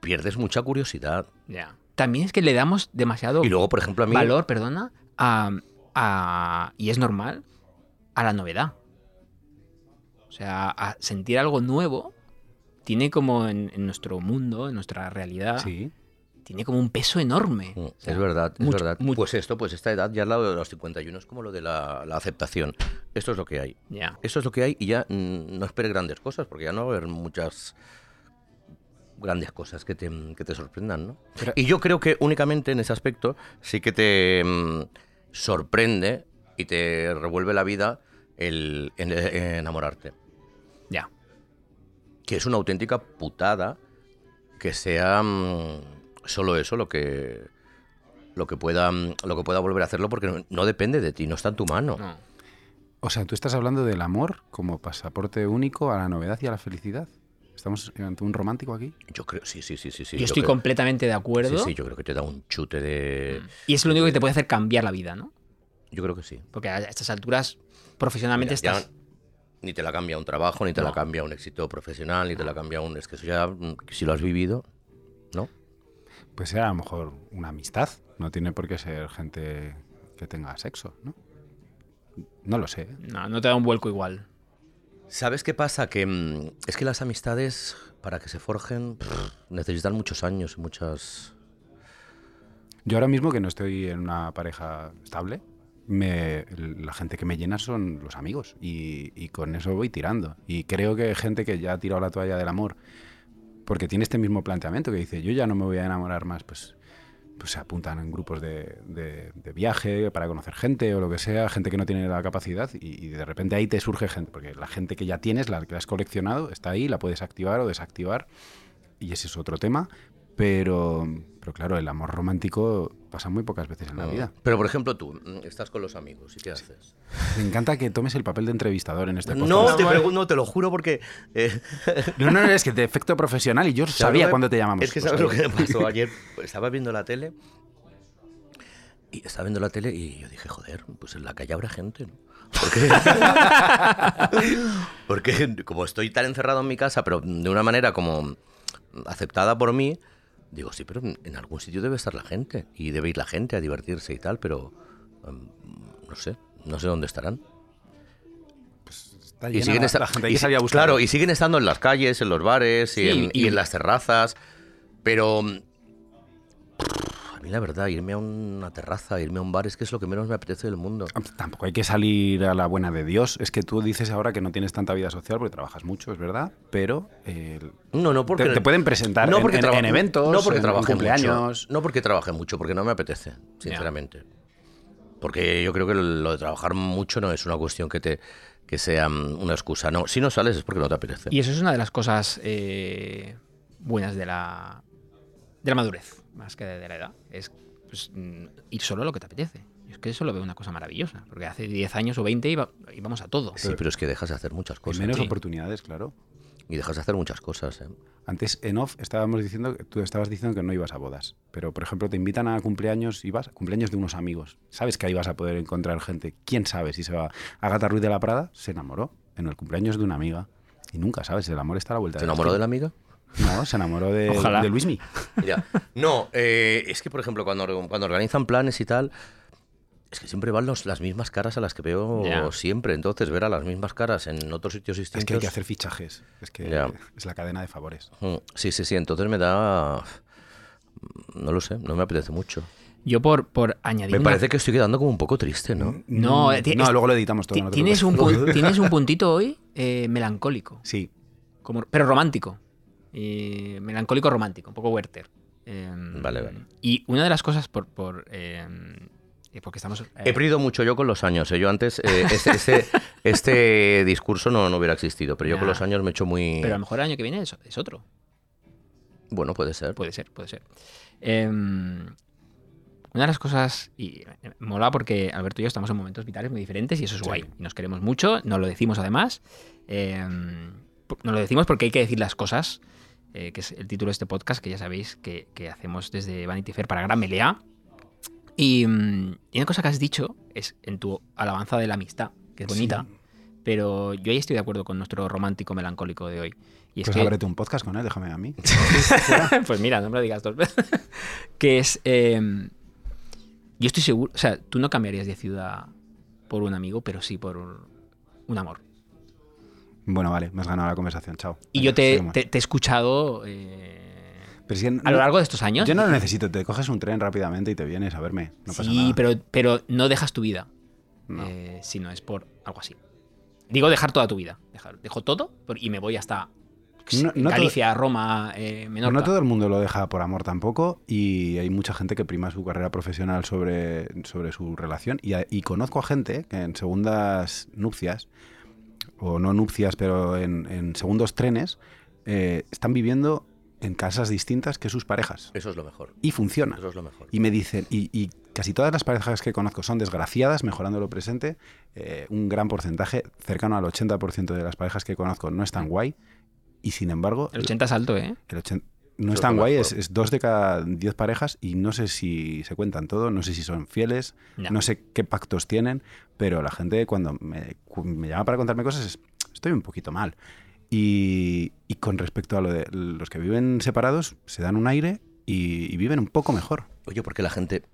Speaker 3: pierdes mucha curiosidad.
Speaker 2: Ya. También es que le damos demasiado
Speaker 3: Y luego, por ejemplo, a mí...
Speaker 2: valor, perdona, a, a- y es normal, a la novedad. O sea, a sentir algo nuevo tiene como en, en nuestro mundo, en nuestra realidad,
Speaker 1: Sí.
Speaker 2: tiene como un peso enorme.
Speaker 3: Mm,
Speaker 2: O sea,
Speaker 3: es verdad, es
Speaker 2: mucho-
Speaker 3: verdad.
Speaker 2: mucho.
Speaker 3: Pues esto, pues esta edad, ya lo de los 51 es como lo de la, la aceptación. Esto es lo que hay.
Speaker 2: Ya.
Speaker 3: Esto es lo que hay y ya mm, no esperes grandes cosas, porque ya no va a haber muchas grandes cosas que te, que te sorprendan, ¿no?
Speaker 1: Pero-
Speaker 3: Y yo creo que únicamente en ese aspecto sí que te mm, sorprende y te revuelve la vida el en- enamorarte
Speaker 2: Ya.
Speaker 3: que es una auténtica putada que sea mm, solo eso lo que lo que pueda mm, lo que pueda volver a hacerlo porque no, no depende de ti no está en tu mano
Speaker 2: No.
Speaker 1: O sea, tú estás hablando del amor como pasaporte único a la novedad y a la felicidad. ¿Estamos ante un romántico aquí?
Speaker 3: yo creo sí sí sí sí sí
Speaker 2: yo estoy
Speaker 3: creo-
Speaker 2: completamente de acuerdo.
Speaker 3: sí, sí, yo creo que te da un chute de
Speaker 2: Y es lo único que te puede hacer cambiar la vida, ¿no?
Speaker 3: yo creo que sí
Speaker 2: Porque a estas alturas, profesionalmente
Speaker 3: Mira, ya
Speaker 2: Mm. estás.
Speaker 3: ni te la cambia un trabajo ni te la
Speaker 2: No.
Speaker 3: cambia un éxito profesional ni te la cambia un es que eso ya mm, si lo has vivido no
Speaker 1: Pues era a lo mejor una amistad. No tiene por qué ser gente que tenga sexo, ¿no? No lo sé. ¿eh?
Speaker 2: No, no te da un vuelco igual.
Speaker 3: ¿Sabes qué pasa? Que mm, es que las amistades, para que se forjen, pff, necesitan muchos años y muchas.
Speaker 1: Yo ahora mismo que no estoy en una pareja estable, me- la gente que me llena son los amigos y, y con eso voy tirando. Y creo que gente que ya ha tirado la toalla del amor, porque tiene este mismo planteamiento que dice, yo ya no me voy a enamorar más, pues, pues se apuntan en grupos de, de- de viaje para conocer gente o lo que sea, gente que no tiene la capacidad y, y de repente ahí te surge gente, porque la gente que ya tienes, la que has coleccionado, está ahí, la puedes activar o desactivar y ese es otro tema. Pero, pero claro, el amor romántico pasa muy pocas veces en la vida.
Speaker 3: Pero, por ejemplo, tú mm, estás con los amigos y ¿qué haces? Pues
Speaker 1: Me encanta que tomes el papel de entrevistador en este
Speaker 3: No,
Speaker 1: podcast.
Speaker 3: te pregunto, te lo juro, porque. eh,
Speaker 1: No, no, no, es que de efecto profesional y yo
Speaker 3: ¿sabes lo
Speaker 1: sabía
Speaker 3: que-
Speaker 1: cuándo te llamamos.
Speaker 3: Es que
Speaker 1: Pues,
Speaker 3: sabes lo que
Speaker 1: oye,
Speaker 3: me pasó ayer. Estaba viendo la tele. Y estaba viendo la tele y yo dije, joder, pues en la calle habrá gente, ¿no? Porque, porque como estoy tan encerrado en mi casa, pero de una manera como aceptada por mí, digo, sí, pero en algún sitio debe estar la gente. Y debe ir la gente a divertirse y tal, pero em, no sé, no sé dónde estarán.
Speaker 1: está
Speaker 3: Y
Speaker 1: llena
Speaker 3: siguen
Speaker 1: la,
Speaker 3: esta-
Speaker 1: la gente
Speaker 3: y
Speaker 1: ahí
Speaker 3: si-
Speaker 1: salía a buscar.
Speaker 3: Claro, y siguen estando en las calles, en los bares y,
Speaker 2: Sí,
Speaker 3: en,
Speaker 2: y-
Speaker 3: y en las terrazas. Pero. mm, A mí, la verdad, irme a una terraza, irme a un bar, es que es lo que menos me apetece del mundo.
Speaker 1: Tampoco hay que salir a la buena de Dios. Es que tú dices ahora que no tienes tanta vida social porque trabajas mucho, es verdad, pero eh,
Speaker 3: No, no, porque.
Speaker 1: te, te pueden presentar en- en,
Speaker 3: traba-
Speaker 1: en eventos,
Speaker 3: no porque
Speaker 1: en
Speaker 3: trabaje
Speaker 1: cumpleaños.
Speaker 3: Mucho, no porque trabaje mucho, porque no me apetece, sinceramente. Porque yo creo que lo de trabajar mucho no es una cuestión que te que sea mm, una excusa. No, si no sales es porque no te apetece.
Speaker 2: Y eso es una de las cosas eh, buenas de la, de la madurez, más que de, de la edad. Es pues, mm, ir solo a lo que te apetece. Yo es que eso lo veo una cosa maravillosa. Porque hace 10 años o 20 iba- íbamos a todo.
Speaker 3: sí, pero es que dejas de hacer muchas
Speaker 1: Con
Speaker 3: cosas.
Speaker 1: menos
Speaker 3: sí.
Speaker 1: oportunidades, claro.
Speaker 3: Y dejas de hacer muchas cosas. ¿eh?
Speaker 1: Antes en off estábamos diciendo que tú estabas diciendo que no ibas a bodas, pero por ejemplo te invitan a cumpleaños y vas a cumpleaños de unos amigos. Sabes que ahí vas a poder encontrar gente. ¿Quién sabe si se va? Agatha Ruiz de la Prada se enamoró en el cumpleaños de una amiga y nunca sabes. El amor está a la vuelta.
Speaker 3: ¿Se enamoró de la amiga?
Speaker 1: No, se enamoró de,
Speaker 2: Ojalá.
Speaker 1: de Luismi.
Speaker 3: Ya. No, eh, es que, por ejemplo, cuando, or- cuando organizan planes y tal, es que siempre van los- las mismas caras a las que veo
Speaker 2: Ya.
Speaker 3: siempre. Entonces, ver a las mismas caras en otros sitios distintos.
Speaker 1: Es que hay que hacer fichajes. Es que
Speaker 3: Ya.
Speaker 1: es la cadena de favores.
Speaker 3: Mm, Sí, sí, sí. Entonces me da. no lo sé, no me apetece mucho.
Speaker 2: Yo por, por añadir.
Speaker 3: Me
Speaker 2: una-
Speaker 3: parece que estoy quedando como un poco triste, ¿no?
Speaker 2: No, eh, ti-
Speaker 1: no
Speaker 2: es-
Speaker 1: luego lo editamos todo.
Speaker 2: ti-
Speaker 1: no te
Speaker 2: tienes, un,
Speaker 1: preocupes.
Speaker 2: pun- tienes un puntito hoy eh, melancólico,
Speaker 1: Sí,
Speaker 2: como, pero romántico. Eh, melancólico romántico, un poco Werther. Eh,
Speaker 3: Vale, vale.
Speaker 2: Y una de las cosas por. por eh, eh, porque estamos. eh,
Speaker 3: He perdido mucho yo con los años. ¿eh? Yo antes, eh, este, este, este discurso no, no hubiera existido, pero yo con
Speaker 2: Ya.
Speaker 3: los años me he hecho muy...
Speaker 2: pero a lo mejor el año que viene es- es otro.
Speaker 3: Bueno, puede ser.
Speaker 2: Eh,
Speaker 3: pues,
Speaker 2: Puede ser, puede ser. Em, una de las cosas, y eh, mola porque Alberto y yo estamos en momentos vitales muy diferentes y eso es guay. Y nos queremos mucho, nos lo decimos además. Em, po- nos lo decimos porque hay que decir las cosas, eh, que es el título de este podcast que ya sabéis que, que hacemos desde Vanity Fair para Gran Melea. Y, mm, y una cosa que has dicho es en tu alabanza de la amistad, que es
Speaker 1: Sí.
Speaker 2: bonita, pero yo ahí estoy de acuerdo con nuestro romántico melancólico de hoy. Y es
Speaker 1: pues
Speaker 2: que-
Speaker 1: ábrete un podcast con él, déjame a mí.
Speaker 2: pues mira, no me lo digas dos veces. que es. eh, yo estoy seguro. O sea, tú no cambiarías de ciudad por un amigo, pero sí por un, un amor.
Speaker 1: Bueno, vale, me has ganado la conversación, chao.
Speaker 2: Y
Speaker 1: Venga,
Speaker 2: yo te,
Speaker 1: seguimos.
Speaker 2: te- te he escuchado eh,
Speaker 1: Pero si
Speaker 2: a
Speaker 1: no-
Speaker 2: lo largo de estos años.
Speaker 1: Yo no lo necesito, te coges un tren rápidamente y te vienes a verme. No pasa
Speaker 2: sí,
Speaker 1: nada.
Speaker 2: pero, pero no dejas tu vida.
Speaker 1: No.
Speaker 2: eh, si no es por algo así. Digo dejar toda tu vida. Dejar, dejo todo por- y me voy hasta
Speaker 1: No- no todo-
Speaker 2: Galicia, Roma, eh,
Speaker 1: Pero
Speaker 2: Menorca.
Speaker 1: Pues no todo el mundo lo deja por amor tampoco y hay mucha gente que prima su carrera profesional sobre, sobre su relación y, a- y conozco a gente que en segundas nupcias, o no nupcias, pero en, en segundos trenes, eh, están viviendo en casas distintas que sus parejas
Speaker 3: Eso es lo mejor.
Speaker 1: y funciona.
Speaker 3: Eso es lo mejor.
Speaker 1: Y me dicen, y, y casi todas las parejas que conozco son desgraciadas, mejorando lo presente, eh, un gran porcentaje, cercano al 80% de las parejas que conozco no están guay, y sin embargo,
Speaker 2: El 80 es alto, ¿eh?
Speaker 1: el 80 no
Speaker 3: Eso
Speaker 1: están
Speaker 3: es lo
Speaker 1: guay, es,
Speaker 3: mejor.
Speaker 1: es dos de cada diez parejas y no sé si se cuentan todo, no sé si son fieles,
Speaker 2: Ya.
Speaker 1: no sé qué pactos tienen, pero la gente cuando me, cu- me llama para contarme cosas es, estoy un poquito mal. Y, y con respecto a lo de los que viven separados, se dan un aire y- y viven un poco mejor.
Speaker 3: Oye, porque la gente...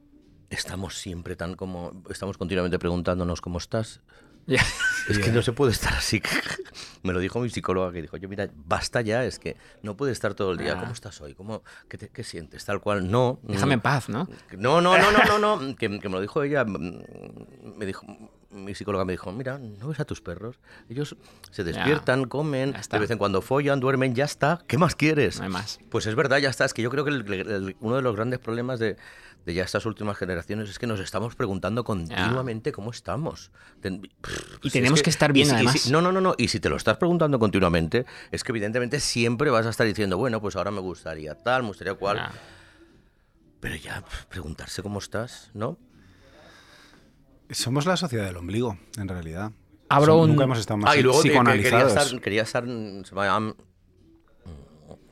Speaker 3: Estamos siempre tan como... Estamos continuamente preguntándonos cómo estás.
Speaker 2: Ya.
Speaker 3: Es que no se puede estar así. Me lo dijo mi psicóloga que dijo, yo mira, basta ya, es que no puede estar todo el día.
Speaker 2: Ah.
Speaker 3: ¿Cómo estás hoy? ¿Cómo, qué, te- qué sientes? Tal cual. No. mm,
Speaker 2: Déjame en paz, ¿no?
Speaker 3: No, no, no, no, no, no. Que, que me lo dijo ella. mm, Me dijo, mi psicóloga me dijo, mira, ¿no ves a tus perros? Ellos se despiertan, comen,
Speaker 2: Ya está.
Speaker 3: de vez en cuando follan, duermen, ya está. ¿Qué más quieres?
Speaker 2: No hay más.
Speaker 3: Pues es verdad, ya está. Es que yo creo que el- el- uno de los grandes problemas de, de ya estas últimas generaciones es que nos estamos preguntando continuamente cómo estamos. Ten- pff, si es
Speaker 2: tenemos que estar bien,
Speaker 3: y si- y si-
Speaker 2: además.
Speaker 3: no, no, no, no. Y si te lo estás preguntando continuamente, es que evidentemente siempre vas a estar diciendo, bueno, pues ahora me gustaría tal, me gustaría cual.
Speaker 2: Ah.
Speaker 3: Pero ya pff, preguntarse cómo estás, ¿no?
Speaker 1: Somos la sociedad del ombligo, en realidad.
Speaker 2: Abro
Speaker 1: Som-
Speaker 2: un-
Speaker 1: Nunca hemos estado más
Speaker 3: ah, y luego que- que quería
Speaker 1: psicoanalizados.
Speaker 3: estar, quería estar, mm, se me ha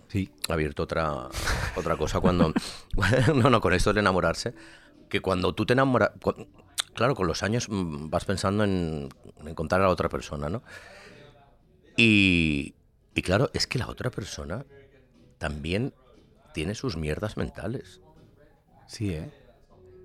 Speaker 1: Sí.
Speaker 3: abierto otra, otra cosa cuando... no, no, con esto de enamorarse. Que cuando tú te enamoras... cu- Claro, con los años mm, vas pensando en, en encontrar a la otra persona, ¿no? Y, y claro, es que la otra persona también tiene sus mierdas mentales.
Speaker 1: Sí, ¿eh?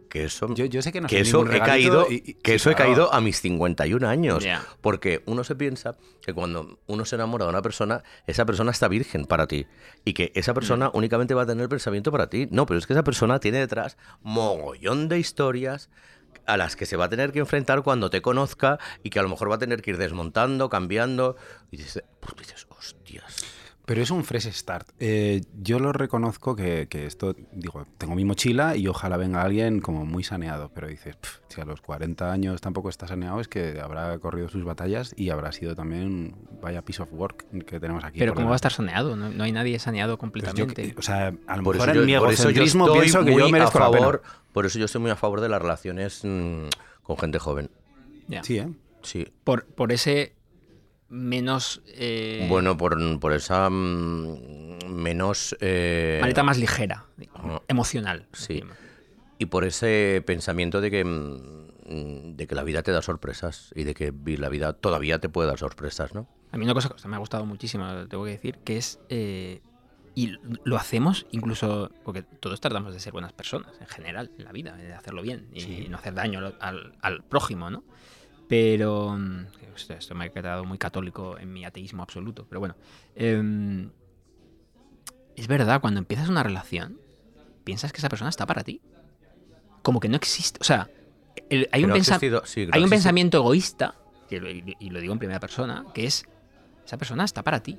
Speaker 3: Que eso...
Speaker 1: Yo, yo sé que no
Speaker 3: Mm. que
Speaker 1: soy
Speaker 3: eso
Speaker 1: ningún
Speaker 3: he
Speaker 1: regalito
Speaker 3: caído
Speaker 1: y- y-
Speaker 3: que
Speaker 1: sí,
Speaker 3: eso he
Speaker 1: claro.
Speaker 3: caído a mis 51 años
Speaker 2: Ya.
Speaker 3: porque uno se piensa que cuando uno se enamora de una persona esa persona está virgen para ti y que esa
Speaker 1: Mm.
Speaker 3: persona únicamente va a tener pensamiento para ti no pero es que esa persona tiene detrás mogollón de historias a las que se va a tener que enfrentar cuando te conozca y que a lo mejor va a tener que ir desmontando cambiando y dices, pues dices hostias
Speaker 1: Pero es un fresh start. Eh, yo lo reconozco que, que esto, digo, tengo mi mochila y ojalá venga alguien como muy saneado, pero dices, "Pf, si a los 40 años tampoco está saneado, es que habrá corrido sus batallas y habrá sido también vaya piece of work que tenemos aquí.
Speaker 2: Pero
Speaker 1: por
Speaker 2: ¿cómo va a
Speaker 1: delante.
Speaker 2: estar saneado? No, no hay nadie saneado
Speaker 1: Pues yo-
Speaker 2: completamente.
Speaker 1: o sea, a lo
Speaker 3: Por
Speaker 1: mejor
Speaker 3: eso
Speaker 1: en
Speaker 3: yo-
Speaker 1: mi
Speaker 3: por eso yo
Speaker 1: egocentrismo
Speaker 3: estoy
Speaker 1: pienso que yo
Speaker 3: muy a
Speaker 1: merezco la pena.
Speaker 3: favor- por eso yo estoy muy a favor de las relaciones mm, con gente joven
Speaker 2: Ya.
Speaker 1: Sí, ¿eh?
Speaker 3: sí
Speaker 2: por, por ese menos... eh,
Speaker 3: Bueno, por, por esa mm, menos... eh,
Speaker 2: Maleta más ligera,
Speaker 3: Ajá.
Speaker 2: emocional.
Speaker 3: Sí.
Speaker 2: encima.
Speaker 3: Y por ese pensamiento de que, mm, de que la vida te da sorpresas y de que vi- la vida todavía te puede dar sorpresas, ¿no?
Speaker 2: A mí una cosa que me ha gustado muchísimo, lo tengo que decir, que es... eh, y lo hacemos incluso porque todos tratamos de ser buenas personas en general en la vida, de hacerlo bien y
Speaker 1: Sí.
Speaker 2: no hacer daño al, al- al prójimo, ¿no? Pero... mm, hostia, esto me ha quedado muy católico en mi ateísmo absoluto, pero bueno. em, es verdad, cuando empiezas una relación, piensas que esa persona está para ti. Como que no existe. O sea, el- hay,
Speaker 3: Que
Speaker 2: un,
Speaker 3: no ha
Speaker 2: pensa-
Speaker 3: existido- sí, que no
Speaker 2: hay un
Speaker 3: existe.
Speaker 2: pensamiento egoísta, que lo- y y lo digo en primera persona, que es: esa persona está para ti.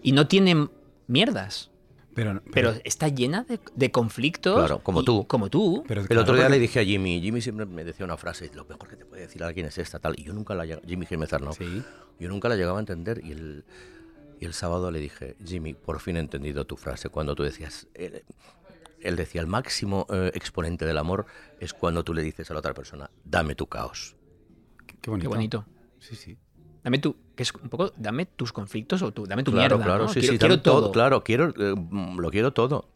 Speaker 2: Y no tiene mierdas.
Speaker 1: Pero,
Speaker 2: Pero está llena de, de conflictos.
Speaker 3: Claro, como
Speaker 2: y-
Speaker 3: tú.
Speaker 2: Como tú.
Speaker 1: pero
Speaker 3: El
Speaker 1: claro,
Speaker 3: otro día
Speaker 1: porque-
Speaker 3: le dije a Jimmy, Jimmy siempre me decía una frase, lo mejor que te puede decir alguien es esta, tal, y yo nunca la llegaba, Jimmy Jiménez Arnau,
Speaker 1: Sí.
Speaker 3: yo nunca la llegaba a entender, y el, y el sábado le dije, Jimmy, por fin he entendido tu frase, cuando tú decías, él, él decía, el máximo eh, exponente del amor es cuando tú le dices a la otra persona, dame tu caos.
Speaker 1: Qué bonito.
Speaker 2: Qué bonito.
Speaker 1: Sí, sí.
Speaker 2: Dame tú, que es un poco, dame tus conflictos o tú, dame tu
Speaker 3: claro,
Speaker 2: mierda.
Speaker 3: claro,
Speaker 2: ¿no?
Speaker 3: sí,
Speaker 2: quiero,
Speaker 3: sí,
Speaker 2: quiero
Speaker 3: dame
Speaker 2: todo.
Speaker 3: Claro, quiero, eh, mm, lo quiero todo.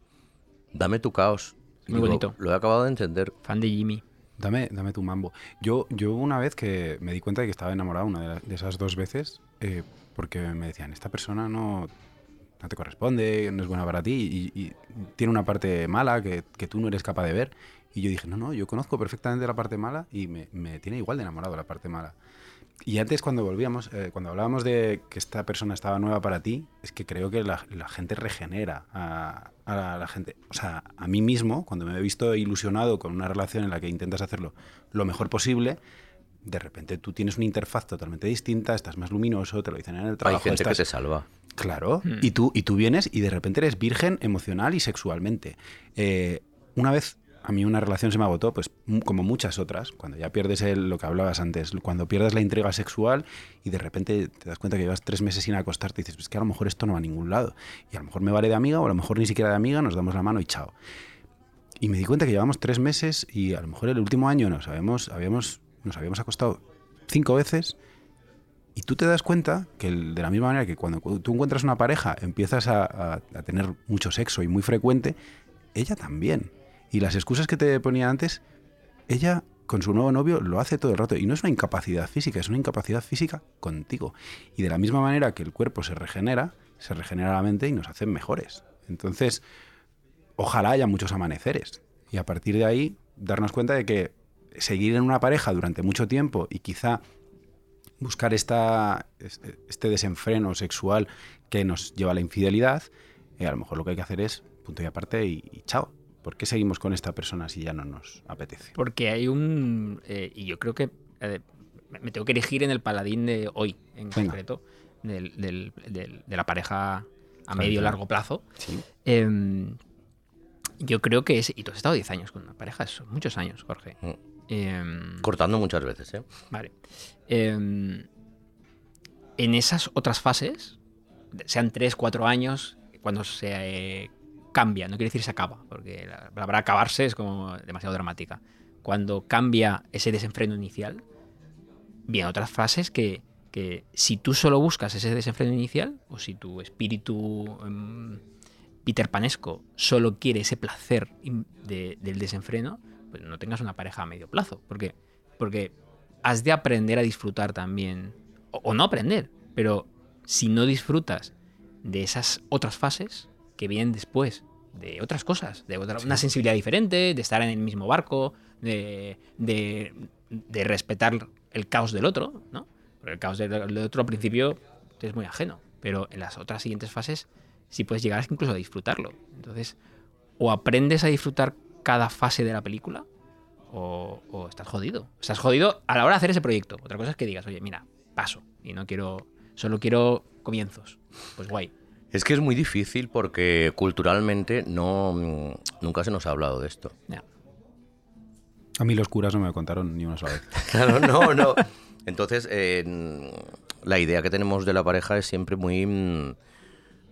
Speaker 3: Dame tu caos. Y
Speaker 2: Muy
Speaker 3: digo,
Speaker 2: bonito.
Speaker 3: Lo he acabado de entender.
Speaker 2: Fan de Jimmy.
Speaker 1: Dame, dame tu mambo. Yo, yo hubo una vez que me di cuenta de que estaba enamorado, una de, la- de esas dos veces, eh, porque me decían, esta persona no, no te corresponde, no es buena para ti, y, y tiene una parte mala que, que tú no eres capaz de ver. Y yo dije, no, no, yo conozco perfectamente la parte mala y me, me tiene igual de enamorado la parte mala. Y antes cuando volvíamos, eh, cuando hablábamos de que esta persona estaba nueva para ti, es que creo que la, la gente regenera a, a la, la gente. O sea, a mí mismo, cuando me he visto ilusionado con una relación en la que intentas hacerlo lo mejor posible, de repente tú tienes una interfaz totalmente distinta, estás más luminoso, te lo dicen en el trabajo.
Speaker 3: Hay gente
Speaker 1: estás-
Speaker 3: que te salva.
Speaker 1: Claro.
Speaker 2: Hmm.
Speaker 1: Y, tú, y tú vienes y de repente eres virgen emocional y sexualmente. Eh, una vez a mí una relación se me agotó, pues mu- como muchas otras, cuando ya pierdes el- lo que hablabas antes, cuando pierdes la intriga sexual y de repente te das cuenta que llevas tres meses sin acostarte y dices, pues que a lo mejor esto no va a ningún lado. Y a lo mejor me vale de amiga o a lo mejor ni siquiera de amiga, nos damos la mano y chao. Y me di cuenta que llevamos tres meses y a lo mejor el último año nos habíamos, habíamos, nos habíamos acostado cinco veces y tú te das cuenta que el- de la misma manera que cuando cu- tú encuentras una pareja empiezas a, a- a tener mucho sexo y muy frecuente, ella también. Y las excusas que te ponía antes, ella con su nuevo novio lo hace todo el rato. Y no es una incapacidad física, es una incapacidad física contigo. Y de la misma manera que el cuerpo se regenera, se regenera la mente y nos hacen mejores. Entonces, ojalá haya muchos amaneceres. Y a partir de ahí, darnos cuenta de que seguir en una pareja durante mucho tiempo y quizá buscar esta, es- este desenfreno sexual que nos lleva a la infidelidad, eh, a lo mejor lo que hay que hacer es punto y aparte y, y chao. ¿Por qué seguimos con esta persona si ya no nos apetece?
Speaker 2: Porque hay un. eh, y yo creo que. eh, me me tengo que elegir en el paladín de hoy, en
Speaker 1: Venga.
Speaker 2: concreto, del- del- del- de la pareja a
Speaker 1: Claro,
Speaker 2: medio
Speaker 1: claro.
Speaker 2: largo plazo. Em, yo creo que es. Y tú has estado 10 años con una pareja, son muchos años, Jorge.
Speaker 3: Mm.
Speaker 2: Em,
Speaker 3: Cortando muchas veces, ¿eh?
Speaker 2: Vale. Em, en esas otras fases, sean 3, 4 años, cuando se eh, cambia, no quiere decir se acaba, porque la palabra acabarse es como demasiado dramática. Cuando cambia ese desenfreno inicial, vienen otras fases que, que si tú solo buscas ese desenfreno inicial, o si tu espíritu em, Peter Panesco solo quiere ese placer in- de- del desenfreno, pues no tengas una pareja a medio plazo. ¿Por qué? Porque has de aprender a disfrutar también, o, o no aprender, pero si no disfrutas de esas otras fases que vienen después, de otras cosas, de otra- una sensibilidad diferente, de estar en el mismo barco, de, de- de respetar el caos del otro, ¿no? Porque el caos del, del otro al principio te es muy ajeno, pero en las otras siguientes fases sí puedes llegar incluso a disfrutarlo. Entonces, o aprendes a disfrutar cada fase de la película, o, o estás jodido. Estás jodido a la hora de hacer ese proyecto. Otra cosa es que digas, oye, mira, paso y no quiero, solo quiero comienzos. Pues guay.
Speaker 3: Es que es muy difícil porque culturalmente no mm, nunca se nos ha hablado de esto.
Speaker 2: Ya.
Speaker 1: A mí los curas no me lo contaron ni una sola vez.
Speaker 3: Claro, no, no. Entonces, eh, mm, la idea que tenemos de la pareja es siempre muy, mm,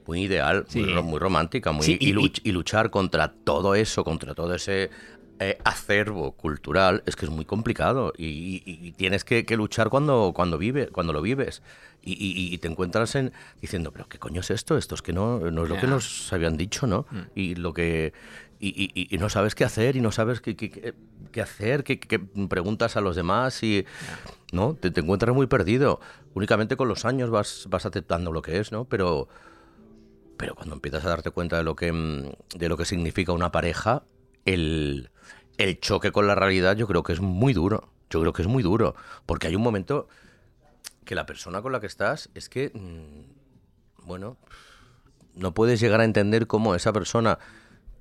Speaker 3: muy ideal,
Speaker 2: Sí.
Speaker 3: muy, ro- muy romántica, muy,
Speaker 2: Sí, y-
Speaker 3: y, luch- y luchar contra todo eso, contra todo ese eh, acervo cultural, es que es muy complicado. Y, y- y tienes que, que luchar cuando, cuando, vive, cuando lo vives. Y, y- y te encuentras en, diciendo, pero ¿qué coño es esto? Esto es que no, no es lo que
Speaker 2: Ya.
Speaker 3: nos pues, habían dicho, ¿no? Y lo que... Y, y- y- y no sabes qué hacer y no sabes qué, qué- qué- qué hacer, qué, qué- qué preguntas a los demás y... ¿No? Te, te encuentras muy perdido. Únicamente con los años vas, vas aceptando lo que es, ¿no? Pero... Pero cuando empiezas a darte cuenta de lo que, mm, de lo que significa una pareja, el, el choque con la realidad yo creo que es muy duro. Yo creo que es muy duro. Porque hay un momento que la persona con la que estás es que, mm, bueno, no puedes llegar a entender cómo esa persona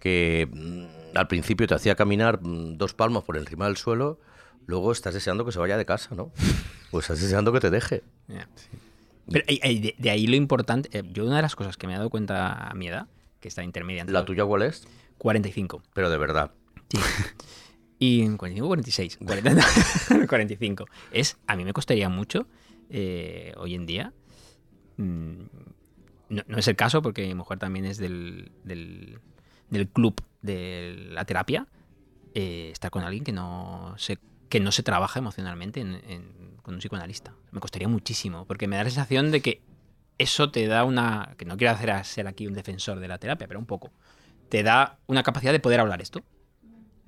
Speaker 3: que mm, al principio te hacía caminar mm, dos palmos por encima del suelo, luego estás deseando que se vaya de casa, ¿no? Pues estás deseando que te deje.
Speaker 2: Ya. Pero, eh, eh, de, de ahí lo importante. eh, yo, una de las cosas que me he dado cuenta a mi edad, que está intermedia entre
Speaker 3: ¿La
Speaker 2: los
Speaker 3: tuya cuál es?
Speaker 2: 45.
Speaker 3: Pero de verdad.
Speaker 2: Sí. Y en 45, 46, 40, 45. Es, a mí me costaría mucho eh, hoy en día. Mm, No, no es el caso porque mi mujer también es del, del, del club de la terapia. eh, estar con alguien que no se, que no se trabaja emocionalmente en- en- con un psicoanalista. Me costaría muchísimo porque me da la sensación de que eso te da una... Que no quiero hacer a- ser aquí un defensor de la terapia, pero un poco. Te da una capacidad de poder hablar esto.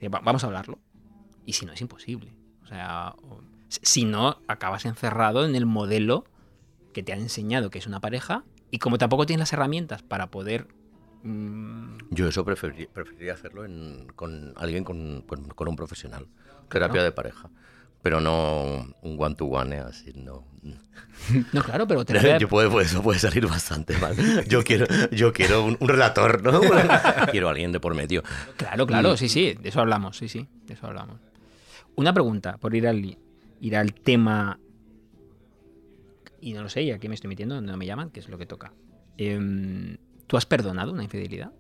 Speaker 2: Eh, va- Vamos a hablarlo. Y si no, es imposible. O sea, o- si- si no, acabas encerrado en el modelo que te han enseñado que es una pareja y como tampoco tienes las herramientas para poder... mm,
Speaker 3: Yo eso preferiría, preferiría hacerlo en- con alguien, con, con- con un profesional. Terapia de pareja. Pero no un one-to-one, ¿eh? así, no.
Speaker 2: no, claro, pero terapia-
Speaker 3: Yo puede, puede- eso puede salir bastante mal. Yo quiero, yo quiero un, un relator, ¿no? quiero a alguien de por medio.
Speaker 2: Claro, claro, sí, sí, de eso hablamos, sí, sí, de eso hablamos. Una pregunta, por ir al, ir al tema, y no lo sé, y aquí me estoy metiendo, no me llaman, que es lo que toca. Em, ¿Tú has perdonado una infidelidad?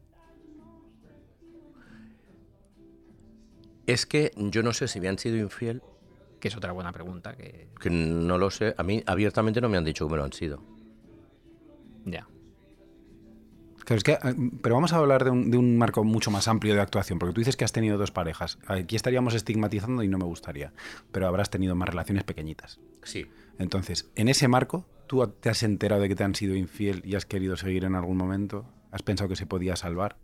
Speaker 3: Es que yo no sé si me han sido infiel,
Speaker 2: Que es otra buena pregunta, que
Speaker 3: que no lo sé. A mí abiertamente no me han dicho que me lo han sido.
Speaker 2: ya.
Speaker 1: Claro, es que, eh, pero vamos a hablar de un, de un marco mucho más amplio de actuación, porque tú dices que has tenido dos parejas. Aquí estaríamos estigmatizando y no me gustaría, pero habrás tenido más relaciones pequeñitas.
Speaker 3: Sí.
Speaker 1: Entonces, en ese marco, ¿tú te has enterado de que te han sido infiel y has querido seguir en algún momento? ¿Has pensado que se podía salvar?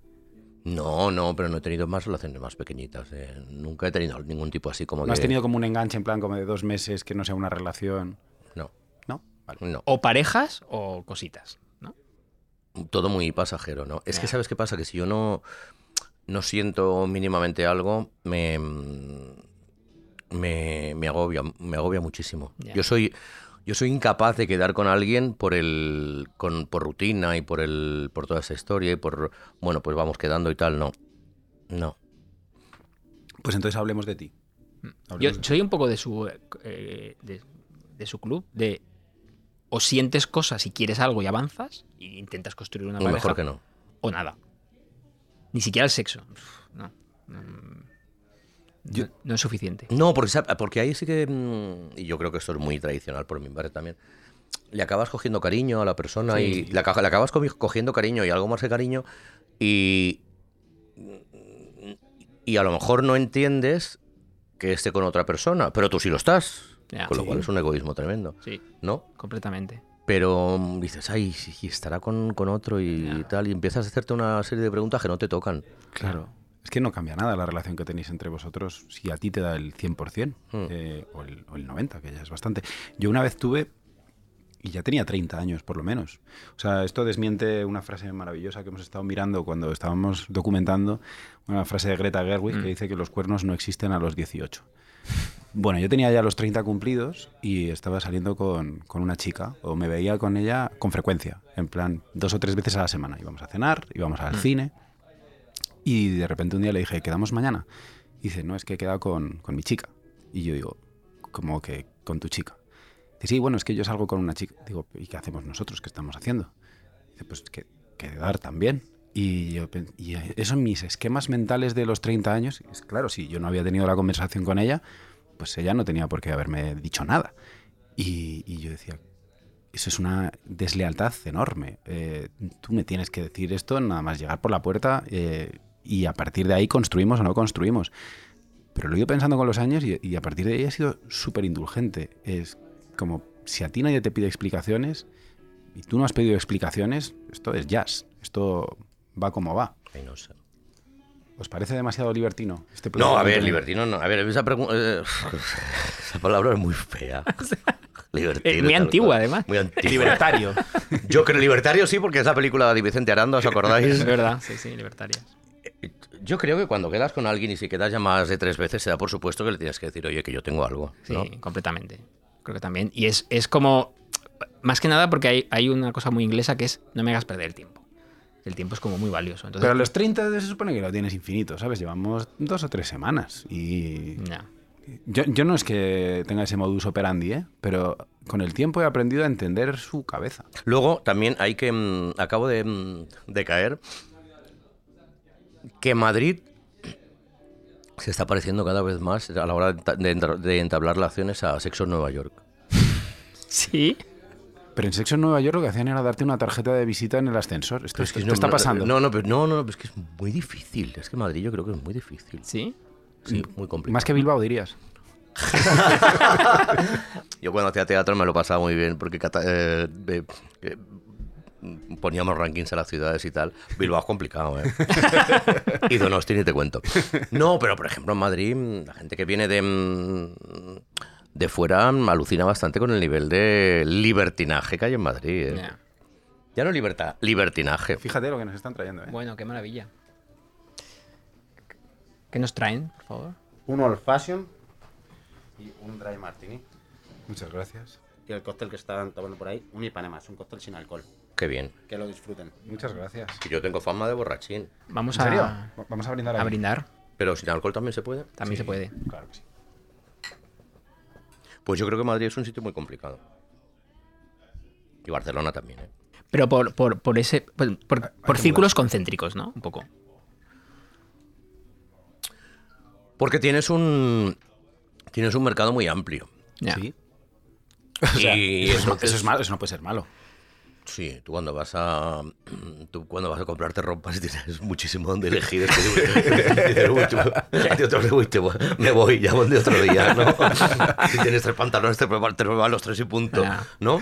Speaker 3: No, no, pero no he tenido más relaciones más pequeñitas. eh. Nunca he tenido ningún tipo así como
Speaker 1: ¿No has
Speaker 3: de-
Speaker 1: tenido como un enganche en plan como de dos meses que no sea una relación?
Speaker 3: No,
Speaker 1: ¿No?
Speaker 3: no.
Speaker 2: O parejas o cositas, ¿no?
Speaker 3: Todo muy pasajero, ¿no? Es que
Speaker 2: Ya.
Speaker 3: sabes qué pasa, que si yo no, no siento mínimamente algo, me, me, me agobia, me agobia muchísimo.
Speaker 2: Ya.
Speaker 3: Yo soy yo soy incapaz de quedar con alguien por el con, por rutina y por el por toda esa historia y por bueno, pues vamos quedando y tal, no. No.
Speaker 1: Pues entonces hablemos de ti.
Speaker 2: Yo
Speaker 1: Hablemos de-
Speaker 2: soy un poco de su, eh, de, de su club, de o sientes cosas y quieres algo y avanzas, e intentas construir una
Speaker 3: Lo
Speaker 2: pareja.
Speaker 3: mejor que no.
Speaker 2: o nada. Ni siquiera el sexo. Uf, No. Mm.
Speaker 1: Yo-
Speaker 2: No- no es suficiente.
Speaker 3: No, porque, sa- porque ahí sí que. mm, Y yo creo que esto es muy tradicional por mi parte también. Le acabas cogiendo cariño a la persona y le, aca- le acabas co- cogiendo cariño y algo más que cariño. Y. Y a lo mejor no entiendes que esté con otra persona, pero tú sí lo estás.
Speaker 2: Ya.
Speaker 3: con lo
Speaker 2: Sí.
Speaker 3: cual es un egoísmo tremendo,
Speaker 2: Sí,
Speaker 3: ¿no?
Speaker 2: completamente.
Speaker 3: Pero mm, dices, ay, sí, sí, estará con, con otro y
Speaker 2: Ya.
Speaker 3: tal. Y empiezas a hacerte una serie de preguntas que no te tocan.
Speaker 1: Claro. Es que no cambia nada la relación que tenéis entre vosotros si a ti te da el 100%
Speaker 3: Hmm.
Speaker 1: eh, o, el, o el 90%, que ya es bastante. Yo una vez tuve, y ya tenía 30 años por lo menos. O sea, esto desmiente una frase maravillosa que hemos estado mirando cuando estábamos documentando, una frase de Greta Gerwig que dice que los cuernos no existen a los 18. Bueno, yo tenía ya los 30 cumplidos y estaba saliendo con, con una chica, o me veía con ella con frecuencia, en plan dos o tres veces a la semana. Íbamos a cenar, íbamos al cine. Y de repente un día le dije, ¿quedamos mañana? Y dice, no, es que he quedado con, con mi chica. Y yo digo, como que con tu chica. Dice, sí, bueno, es que yo salgo con una chica. Digo, ¿y qué hacemos nosotros? ¿Qué estamos haciendo? Dice, pues que quedar también. Y, yo, pen- y eso en mis esquemas mentales de los 30 años, es claro, si yo no había tenido la conversación con ella, pues ella no tenía por qué haberme dicho nada. Y, y yo decía, eso es una deslealtad enorme. Eh, tú me tienes que decir esto nada más llegar por la puerta eh, y a partir de ahí construimos o no construimos. Pero lo he ido pensando con los años y, y a partir de ahí he sido súper indulgente. Es como si a ti nadie te pide explicaciones y tú no has pedido explicaciones, esto es jazz. Esto va como va.
Speaker 3: Ay, no sé.
Speaker 1: ¿Os parece demasiado libertino? este
Speaker 3: No, a
Speaker 1: planteamiento
Speaker 3: ver,
Speaker 1: mío?
Speaker 3: libertino no. A ver, esa, pregu- eh, esa palabra es muy fea. Libertino.
Speaker 2: Eh, muy
Speaker 3: tal
Speaker 2: antigua,
Speaker 3: cual.
Speaker 2: además.
Speaker 3: Muy antigua.
Speaker 1: Libertario.
Speaker 3: Yo creo libertario sí, porque es la película de Vicente Aranda, ¿os
Speaker 2: Es
Speaker 3: acordáis?
Speaker 2: verdad, sí, sí, libertarias.
Speaker 3: Yo creo que cuando quedas con alguien y si quedas ya más de tres veces, se da por supuesto que le tienes que decir, oye, que yo tengo algo.
Speaker 2: Sí,
Speaker 3: ¿no?
Speaker 2: completamente. Creo que también. Y es, es como. Más que nada porque hay, hay una cosa muy inglesa que es no me hagas perder el tiempo. el tiempo es como muy valioso. Entonces,
Speaker 1: Pero a los 30 se supone que lo tienes infinito, ¿sabes? Llevamos dos o tres semanas
Speaker 3: Mm.
Speaker 1: y...
Speaker 2: nah.
Speaker 1: Yo, yo no es que tenga ese modus operandi, ¿eh? Pero con el tiempo he aprendido a entender su cabeza.
Speaker 3: Luego también hay que. mm, acabo de, mm, de caer. Que Madrid se está pareciendo cada vez más a la hora de enta- de entra- de entablar relaciones a sexo en Nueva York.
Speaker 2: Sí.
Speaker 1: Pero en Sexo en Nueva York lo que hacían era darte una tarjeta de visita en el ascensor. Esto,
Speaker 3: Pero es que
Speaker 1: esto
Speaker 3: no-
Speaker 1: está
Speaker 3: no-
Speaker 1: pasando.
Speaker 3: No, no, pero, no, no, pero es que es muy difícil. Es que Madrid yo creo que es muy difícil.
Speaker 2: Sí.
Speaker 3: Sí, muy complicado.
Speaker 1: Más que Bilbao dirías.
Speaker 3: Yo cuando hacía teatro me lo pasaba muy bien porque cata- eh, eh, eh, mm, poníamos rankings a las ciudades y tal. Bilbao es complicado, ¿eh? y Donosti ni te cuento. No, pero por ejemplo en Madrid mm, la gente que viene de, mm, de fuera mm, alucina bastante con el nivel de libertinaje que hay en Madrid. ¿eh?
Speaker 2: Nah.
Speaker 3: Ya no libertad, libertinaje.
Speaker 1: Fíjate lo que nos están trayendo. ¿eh?
Speaker 2: Bueno, qué maravilla. ¿Qué nos traen, por favor?
Speaker 1: Un old fashion y un dry martini. Muchas gracias.
Speaker 4: que el cóctel que están tomando por ahí, un Ipanema, es un cóctel sin alcohol.
Speaker 3: Qué bien.
Speaker 4: Que lo disfruten.
Speaker 1: Muchas gracias.
Speaker 3: Y Yo tengo fama de borrachín,
Speaker 2: Vamos
Speaker 1: ¿En serio?
Speaker 2: a,
Speaker 1: Va- Vamos a brindar
Speaker 2: a
Speaker 1: ahí.
Speaker 2: brindar.
Speaker 3: pero sin alcohol también se puede.
Speaker 2: También se puede.
Speaker 1: Claro que sí.
Speaker 3: Pues yo creo que Madrid es un sitio muy complicado. Y Barcelona también, ¿eh?
Speaker 2: Pero por, por, por ese. Por, por- por
Speaker 1: que
Speaker 2: círculos concéntricos, ¿no? Un poco.
Speaker 3: Porque tienes un tienes un mercado muy amplio.
Speaker 2: Ya.
Speaker 1: Sí.
Speaker 3: y
Speaker 1: Eso, es ma-
Speaker 3: entonces-
Speaker 1: eso es malo, eso no puede ser malo.
Speaker 3: Sí, tú cuando vas a tú cuando vas a comprarte ropas tienes muchísimo donde elegir. Dices, "Uy, tú- a ti otro día, "Uy, te voy- me voy, ya voy de otro día, ¿no? Si tienes tres pantalones te pruebas, te pruebas los tres y punto,
Speaker 2: Ya.
Speaker 3: ¿no?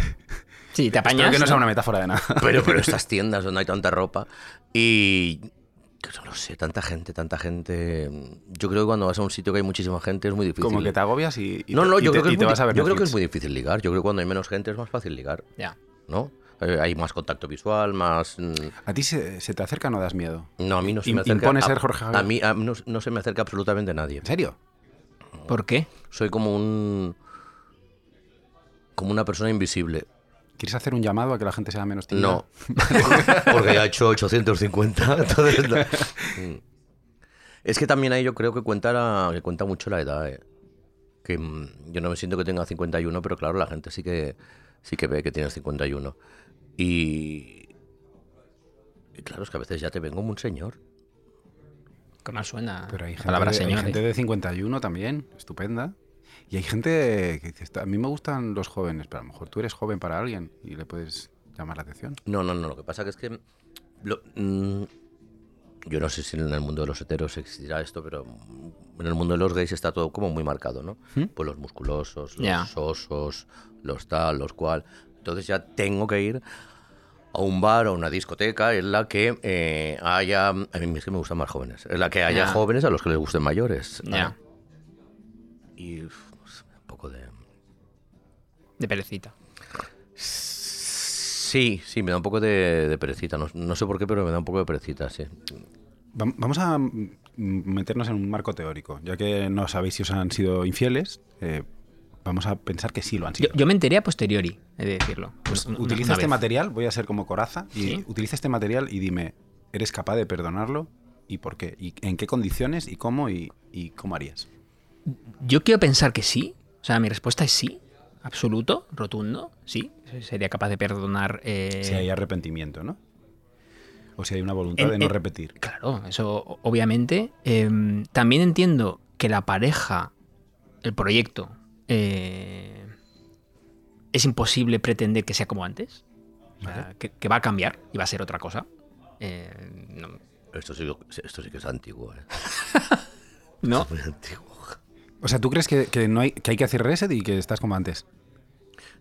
Speaker 2: Sí, te apañas.
Speaker 1: Espero que no sea
Speaker 2: ¿no?
Speaker 1: una metáfora de nada.
Speaker 3: Pero, pero estas tiendas donde hay tanta ropa y... que No lo sé, tanta gente, tanta gente. Yo creo que cuando vas a un sitio que hay muchísima gente es muy difícil.
Speaker 1: Como que te agobias y, y
Speaker 3: no,
Speaker 1: te-
Speaker 3: no,
Speaker 1: y
Speaker 3: yo,
Speaker 1: te-
Speaker 3: creo, que
Speaker 1: y
Speaker 3: es
Speaker 1: te
Speaker 3: muy,
Speaker 1: vas a ver
Speaker 3: yo creo que es
Speaker 1: Netflix.
Speaker 3: muy difícil ligar. Yo creo que cuando hay menos gente es más fácil ligar,
Speaker 2: Ya.
Speaker 3: ¿no? Eh, Hay más contacto visual, más... mm,
Speaker 1: ¿A ti se, se te acerca o no das miedo?
Speaker 3: No, a mí no se
Speaker 1: Im-
Speaker 3: me acerca...
Speaker 1: impone
Speaker 3: a-
Speaker 1: ser Jorge
Speaker 3: A
Speaker 1: Javier.
Speaker 3: mí a mí no, no se me acerca absolutamente nadie.
Speaker 1: ¿En serio?
Speaker 2: ¿Por qué?
Speaker 3: Soy como un... Como una persona invisible.
Speaker 1: ¿Quieres hacer un llamado a que la gente sea menos tímida?
Speaker 3: No. Porque ya he hecho 850. entonces no. Mm. Es que también ahí yo creo que cuenta, la- que cuenta mucho la edad. eh. Que mm, yo no me siento que tenga 51, pero claro, la gente sí que, sí que ve que tienes 51. Y, y claro, es que a veces ya te vengo como un señor.
Speaker 2: Que mal suena.
Speaker 1: Pero hay gente,
Speaker 2: palabra
Speaker 1: de, hay
Speaker 2: señor.
Speaker 1: gente de 51 también, estupenda. Y hay gente que dice, a mí me gustan los jóvenes, pero a lo mejor tú eres joven para alguien y le puedes llamar la atención.
Speaker 3: No, no, no. Lo que pasa que es que. lo- mm, yo no sé si en el mundo de los heteros existirá esto, pero mm, en el mundo de los gays está todo como muy marcado, ¿no? Pues los musculosos, los
Speaker 2: ¿Mm? Ya.
Speaker 3: osos, los tal, los cual. Entonces ya tengo que ir a un bar o una discoteca en la que eh, haya. A mí es que me gustan más jóvenes. En la que haya
Speaker 2: Ya.
Speaker 3: jóvenes a los que les gusten mayores. Ah,
Speaker 2: Ya.
Speaker 3: Y. uf, no sé, un poco de.
Speaker 2: De perecita.
Speaker 3: Sí, sí, me da un poco de, de perecita. No, no sé por qué, pero me da un poco de perecita, sí.
Speaker 1: Vam- Vamos a mm, meternos en un marco teórico, ya que no sabéis si os han sido infieles, eh, vamos a pensar que sí lo han
Speaker 2: Yo,
Speaker 1: sido.
Speaker 2: yo me enteré a posteriori, he de decirlo. Una- una-
Speaker 1: utiliza
Speaker 2: una
Speaker 1: este
Speaker 2: vez.
Speaker 1: material, voy a ser como coraza, y
Speaker 2: Sí.
Speaker 1: utiliza este material y dime, ¿eres capaz de perdonarlo? ¿Y por qué? ¿Y en qué condiciones? ¿Y cómo? ¿Y, y cómo harías?
Speaker 2: Yo quiero pensar que sí. O sea, mi respuesta es sí. Absoluto, rotundo, sí. Sería capaz de perdonar. eh,
Speaker 1: Si hay arrepentimiento, ¿no? O si hay una voluntad
Speaker 2: en-
Speaker 1: de no
Speaker 2: en-
Speaker 1: repetir.
Speaker 2: Claro, eso o- obviamente. Em, también entiendo que la pareja, el proyecto, eh, es imposible pretender que sea como antes. O sea, que, que va a cambiar y va a ser otra cosa. Eh, no,
Speaker 3: Esto sí, que- esto sí que es antiguo, ¿eh?
Speaker 2: no,
Speaker 3: Muy antiguo.
Speaker 1: O sea, ¿tú crees que, que no hay, que hay que hacer reset y que estás como antes?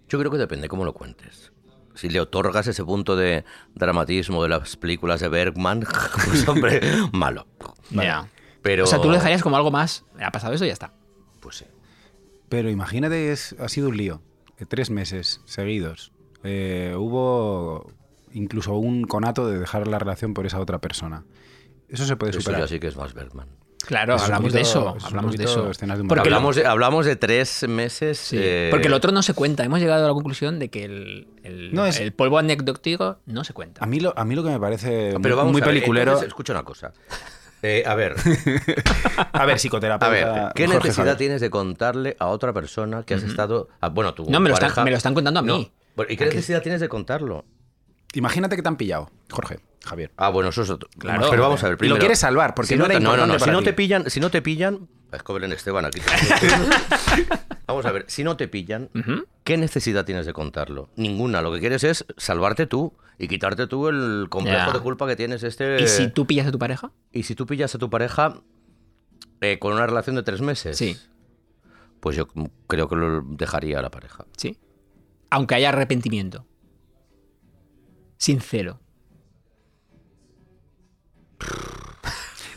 Speaker 3: Yo creo que depende cómo lo cuentes. Si le otorgas ese punto de dramatismo de las películas de Bergman, pues hombre, malo.
Speaker 2: ya.
Speaker 3: Pero.
Speaker 2: O sea, tú lo dejarías como algo más. Ha pasado eso y ya está.
Speaker 3: Pues sí.
Speaker 1: Pero imagínate, es, ha sido un lío. Eh, Tres meses seguidos. Eh, hubo incluso un conato de dejar la relación por esa otra persona. Eso se puede
Speaker 3: Eso
Speaker 1: superar.
Speaker 3: ya sí que es más Bergman.
Speaker 2: Claro,
Speaker 1: Es un
Speaker 2: hablamos de
Speaker 1: poquito-
Speaker 2: eso.
Speaker 1: es un
Speaker 2: hablamos de
Speaker 1: poquito
Speaker 2: eso.
Speaker 1: escenas de un
Speaker 2: Porque
Speaker 3: hablamos, de, hablamos de tres meses.
Speaker 2: Sí,
Speaker 3: eh,
Speaker 2: porque el otro no se cuenta. Hemos llegado a la conclusión de que el, el-
Speaker 1: No, es-
Speaker 2: el polvo anecdótico no se cuenta.
Speaker 3: Ah,
Speaker 1: A mí lo, a mí lo que me parece
Speaker 3: Pero vamos
Speaker 1: muy
Speaker 3: a ver,
Speaker 1: peliculero.
Speaker 3: entonces, escucha una cosa. Eh, a ver,
Speaker 1: a ver,
Speaker 3: a
Speaker 1: psicoterapeuta.
Speaker 3: ver, ¿qué
Speaker 1: Jorge
Speaker 3: necesidad
Speaker 1: Javier.
Speaker 3: tienes de contarle a otra persona que has estado. ah, bueno, tú.
Speaker 2: No, me lo están- me lo están contando a mí.
Speaker 3: ¿Y qué necesidad tienes de contarlo?
Speaker 1: Imagínate que te han pillado, Jorge, Javier.
Speaker 3: Ah, bueno, eso es otro.
Speaker 1: Claro.
Speaker 3: pero vamos a
Speaker 1: Y
Speaker 3: ver.
Speaker 1: lo
Speaker 3: Primero,
Speaker 1: quieres salvar, porque
Speaker 3: Si
Speaker 1: no era
Speaker 3: te- no, no,
Speaker 1: importante
Speaker 3: no, Si
Speaker 1: para
Speaker 3: no
Speaker 1: ti.
Speaker 3: te pillan, si no te pillan, es que Belén Esteban aquí. vamos a ver, si no te pillan,
Speaker 2: Ujú.
Speaker 3: ¿qué necesidad tienes de contarlo? Ninguna. Lo que quieres es salvarte tú y quitarte tú el complejo
Speaker 2: Ya.
Speaker 3: de culpa que tienes este.
Speaker 2: ¿Y si tú pillas a tu pareja?
Speaker 3: ¿Y si tú pillas a tu pareja eh, con una relación de tres meses?
Speaker 2: Sí,
Speaker 3: Pues yo creo que lo dejaría a la pareja.
Speaker 2: sí. Aunque haya arrepentimiento. Sincero.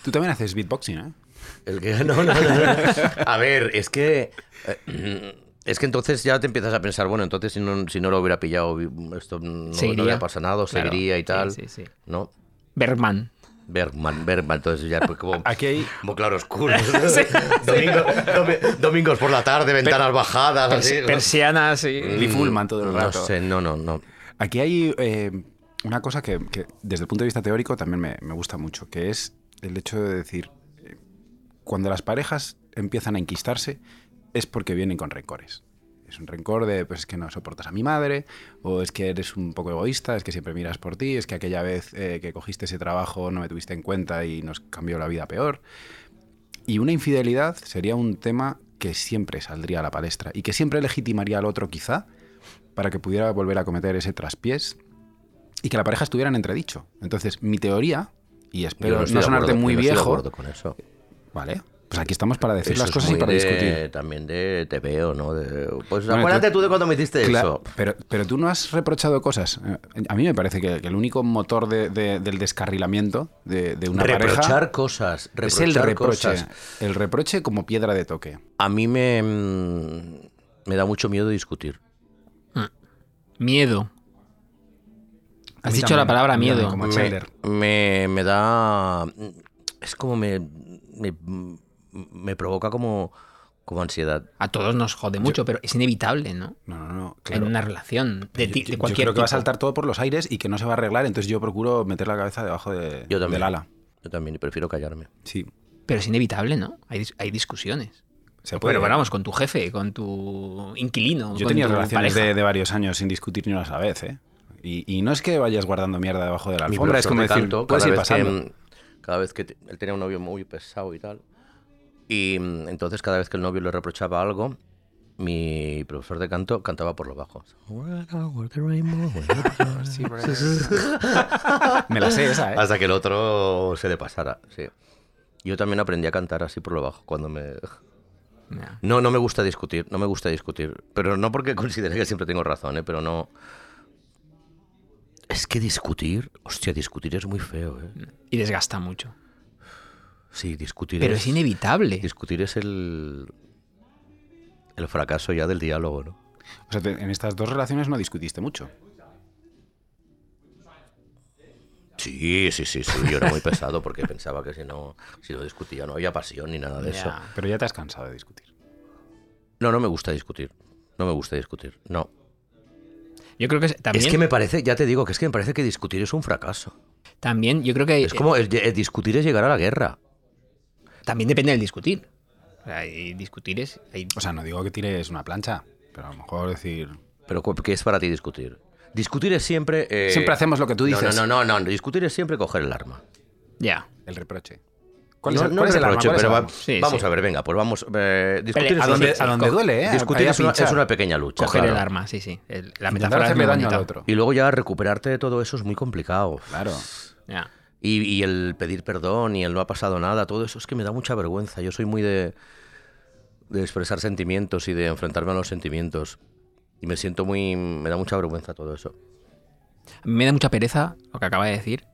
Speaker 1: Tú también haces beatboxing, ¿eh?
Speaker 3: El que no, no, no, no. A ver, es que eh, es que entonces ya te empiezas a pensar, bueno, entonces si no, si no lo hubiera pillado, vi- esto no,
Speaker 2: Seguiría.
Speaker 3: no hubiera pasado nada,
Speaker 2: Claro.
Speaker 3: seguiría Pues y
Speaker 2: Sí,
Speaker 3: tal.
Speaker 2: sí, sí.
Speaker 3: ¿No?
Speaker 2: Bergman.
Speaker 3: Bergman, Bergman, entonces ya pues como,
Speaker 1: Aquí hay-
Speaker 3: como claroscuros. Domingo- domi- domingos por la tarde, ventanas bajadas, así. Mm,
Speaker 2: Persi- Persianas y...
Speaker 1: Lee Fullman todo el
Speaker 3: no
Speaker 1: rato.
Speaker 3: sé, no, no, no.
Speaker 1: Aquí hay eh, una cosa que, que desde el punto de vista teórico también me, me gusta mucho, que es el hecho de decir, eh, cuando las parejas empiezan a enquistarse es porque vienen con rencores. Es un rencor de, pues es que no soportas a mi madre, o es que eres un poco egoísta, es que siempre miras por ti, es que aquella vez eh, que cogiste ese trabajo no me tuviste en cuenta y nos cambió la vida peor. Y una infidelidad sería un tema que siempre saldría a la palestra y que siempre legitimaría al otro quizá para que pudiera volver a cometer ese traspiés y que la pareja estuviera en entredicho. Entonces, mi teoría, y
Speaker 3: Yo
Speaker 1: espero no,
Speaker 3: estoy de
Speaker 1: sonarte
Speaker 3: acuerdo,
Speaker 1: muy
Speaker 3: yo no estoy de
Speaker 1: viejo,
Speaker 3: acuerdo con eso.
Speaker 1: vale, pues aquí estamos para decir
Speaker 3: Eso
Speaker 1: las
Speaker 3: es
Speaker 1: cosas y
Speaker 3: muy
Speaker 1: para
Speaker 3: de-
Speaker 1: discutir.
Speaker 3: También de te veo, ¿no? De- pues
Speaker 1: Bueno,
Speaker 3: acuérdate
Speaker 1: tú-
Speaker 3: tú de cuando me hiciste
Speaker 1: Claro,
Speaker 3: eso.
Speaker 1: pero, pero tú no has reprochado cosas. Eh, A mí me parece que, que el único motor de- de- del descarrilamiento de, de una
Speaker 3: reprochar
Speaker 1: pareja
Speaker 3: cosas,
Speaker 1: es el
Speaker 3: reprochar
Speaker 1: reproche.
Speaker 3: cosas.
Speaker 1: El reproche como piedra de toque.
Speaker 3: A mí me, mm, me da mucho miedo discutir.
Speaker 2: Miedo.
Speaker 1: A
Speaker 2: Has
Speaker 1: mí
Speaker 2: dicho
Speaker 1: también,
Speaker 2: la palabra
Speaker 1: a mí también,
Speaker 2: miedo.
Speaker 1: como a
Speaker 3: Me,
Speaker 1: Chandler.
Speaker 3: me, me da... Es como me, me, me provoca como, como ansiedad.
Speaker 2: A todos nos jode mucho, pero es inevitable, ¿no?
Speaker 1: No, no, no, claro.
Speaker 2: En una relación de, ti-
Speaker 1: Yo-
Speaker 2: de
Speaker 1: yo
Speaker 2: cualquier
Speaker 1: creo que va a
Speaker 2: tipo.
Speaker 1: saltar todo por los aires y que no se va a arreglar, entonces yo procuro meter la cabeza debajo de,
Speaker 3: Yo también.
Speaker 1: del ala.
Speaker 3: Yo también, y prefiero callarme.
Speaker 1: Sí.
Speaker 2: Pero es inevitable, ¿no? Hay, dis- hay discusiones.
Speaker 1: Se puede.
Speaker 2: Pero bueno, vamos, con tu jefe, con tu inquilino.
Speaker 1: Yo
Speaker 2: con
Speaker 1: tenía
Speaker 2: tu
Speaker 1: relaciones
Speaker 2: pareja.
Speaker 1: de, de varios años sin discutir ni una sola vez, ¿eh? Y, y no es que vayas guardando mierda debajo de la
Speaker 3: Mi
Speaker 1: alfombra, es
Speaker 3: profesor
Speaker 1: como
Speaker 3: de
Speaker 1: decir,
Speaker 3: canto,
Speaker 1: puedes ir
Speaker 3: cada vez que,
Speaker 1: pasando.
Speaker 3: mm, cada vez que te- él tenía un novio muy pesado y tal. Y mm, entonces cada vez que el novio le reprochaba algo, mi profesor de canto cantaba por lo bajo.
Speaker 1: Me la sé esa, ¿eh?
Speaker 3: Hasta que el otro se le pasara, sí. Yo también aprendí a cantar así por lo bajo cuando me...
Speaker 2: Ya.
Speaker 3: No, no me gusta discutir, no me gusta discutir. Pero no porque considere que siempre tengo razón, ¿eh? pero no... Es que discutir, hostia, discutir es muy feo, ¿eh?
Speaker 2: Y desgasta mucho.
Speaker 3: Sí, discutir
Speaker 2: Pero es inevitable.
Speaker 3: Discutir es el, el fracaso ya del diálogo, ¿no?
Speaker 1: O sea, te- en estas dos relaciones no discutiste mucho.
Speaker 3: Sí, sí, sí, sí. Yo era muy pesado porque pensaba que si no, si no discutía no había pasión ni nada de eso.
Speaker 2: Ya.
Speaker 1: Pero ya te has cansado de discutir.
Speaker 3: No, no me gusta discutir. No me gusta discutir. No.
Speaker 2: Yo creo que es- también,
Speaker 3: Es que me parece, ya te digo, que es que me parece que discutir es un fracaso.
Speaker 2: también, yo creo que
Speaker 3: Es como, es- eh, discutir es llegar a la guerra.
Speaker 2: eh, también depende del discutir. O sea, hay discutir es... hay-
Speaker 1: O sea, no digo que tires una plancha, pero a lo mejor decir...
Speaker 3: Pero cu- ¿qué es para ti discutir? Discutir es siempre... eh,
Speaker 1: Siempre hacemos lo que tú
Speaker 3: no,
Speaker 1: dices.
Speaker 3: No, no, no, no. Discutir es siempre coger el arma.
Speaker 2: ya.
Speaker 1: El reproche. ¿Cuál
Speaker 3: No-
Speaker 1: es el,
Speaker 3: no
Speaker 1: cuál es el arma?
Speaker 3: reproche,
Speaker 1: ¿Cuál es el
Speaker 3: pero
Speaker 1: arma?
Speaker 3: va-
Speaker 2: Sí,
Speaker 3: vamos
Speaker 2: sí.
Speaker 3: a ver, venga, pues vamos. eh, discutir
Speaker 2: Pelea-
Speaker 1: a
Speaker 3: es
Speaker 1: donde,
Speaker 3: una-
Speaker 1: a donde duele, ¿eh? Ahí
Speaker 3: discutir
Speaker 1: a
Speaker 3: es una, es
Speaker 1: pinchar.
Speaker 3: una pequeña lucha.
Speaker 2: Coger el
Speaker 3: claro.
Speaker 2: arma, sí, sí. El- la
Speaker 1: Intentar
Speaker 2: metáfora es muy
Speaker 1: hacerle daño al
Speaker 2: bonita.
Speaker 1: otro.
Speaker 3: Y luego ya recuperarte de todo eso es muy complicado.
Speaker 1: Claro.
Speaker 2: Ya.
Speaker 3: Y, y el pedir perdón y el no ha pasado nada, todo eso es que me da mucha vergüenza. Yo soy muy de, de expresar sentimientos y de enfrentarme a los sentimientos. Y me siento muy... me da mucha vergüenza todo eso.
Speaker 2: A mí me da mucha pereza lo que acaba de decir,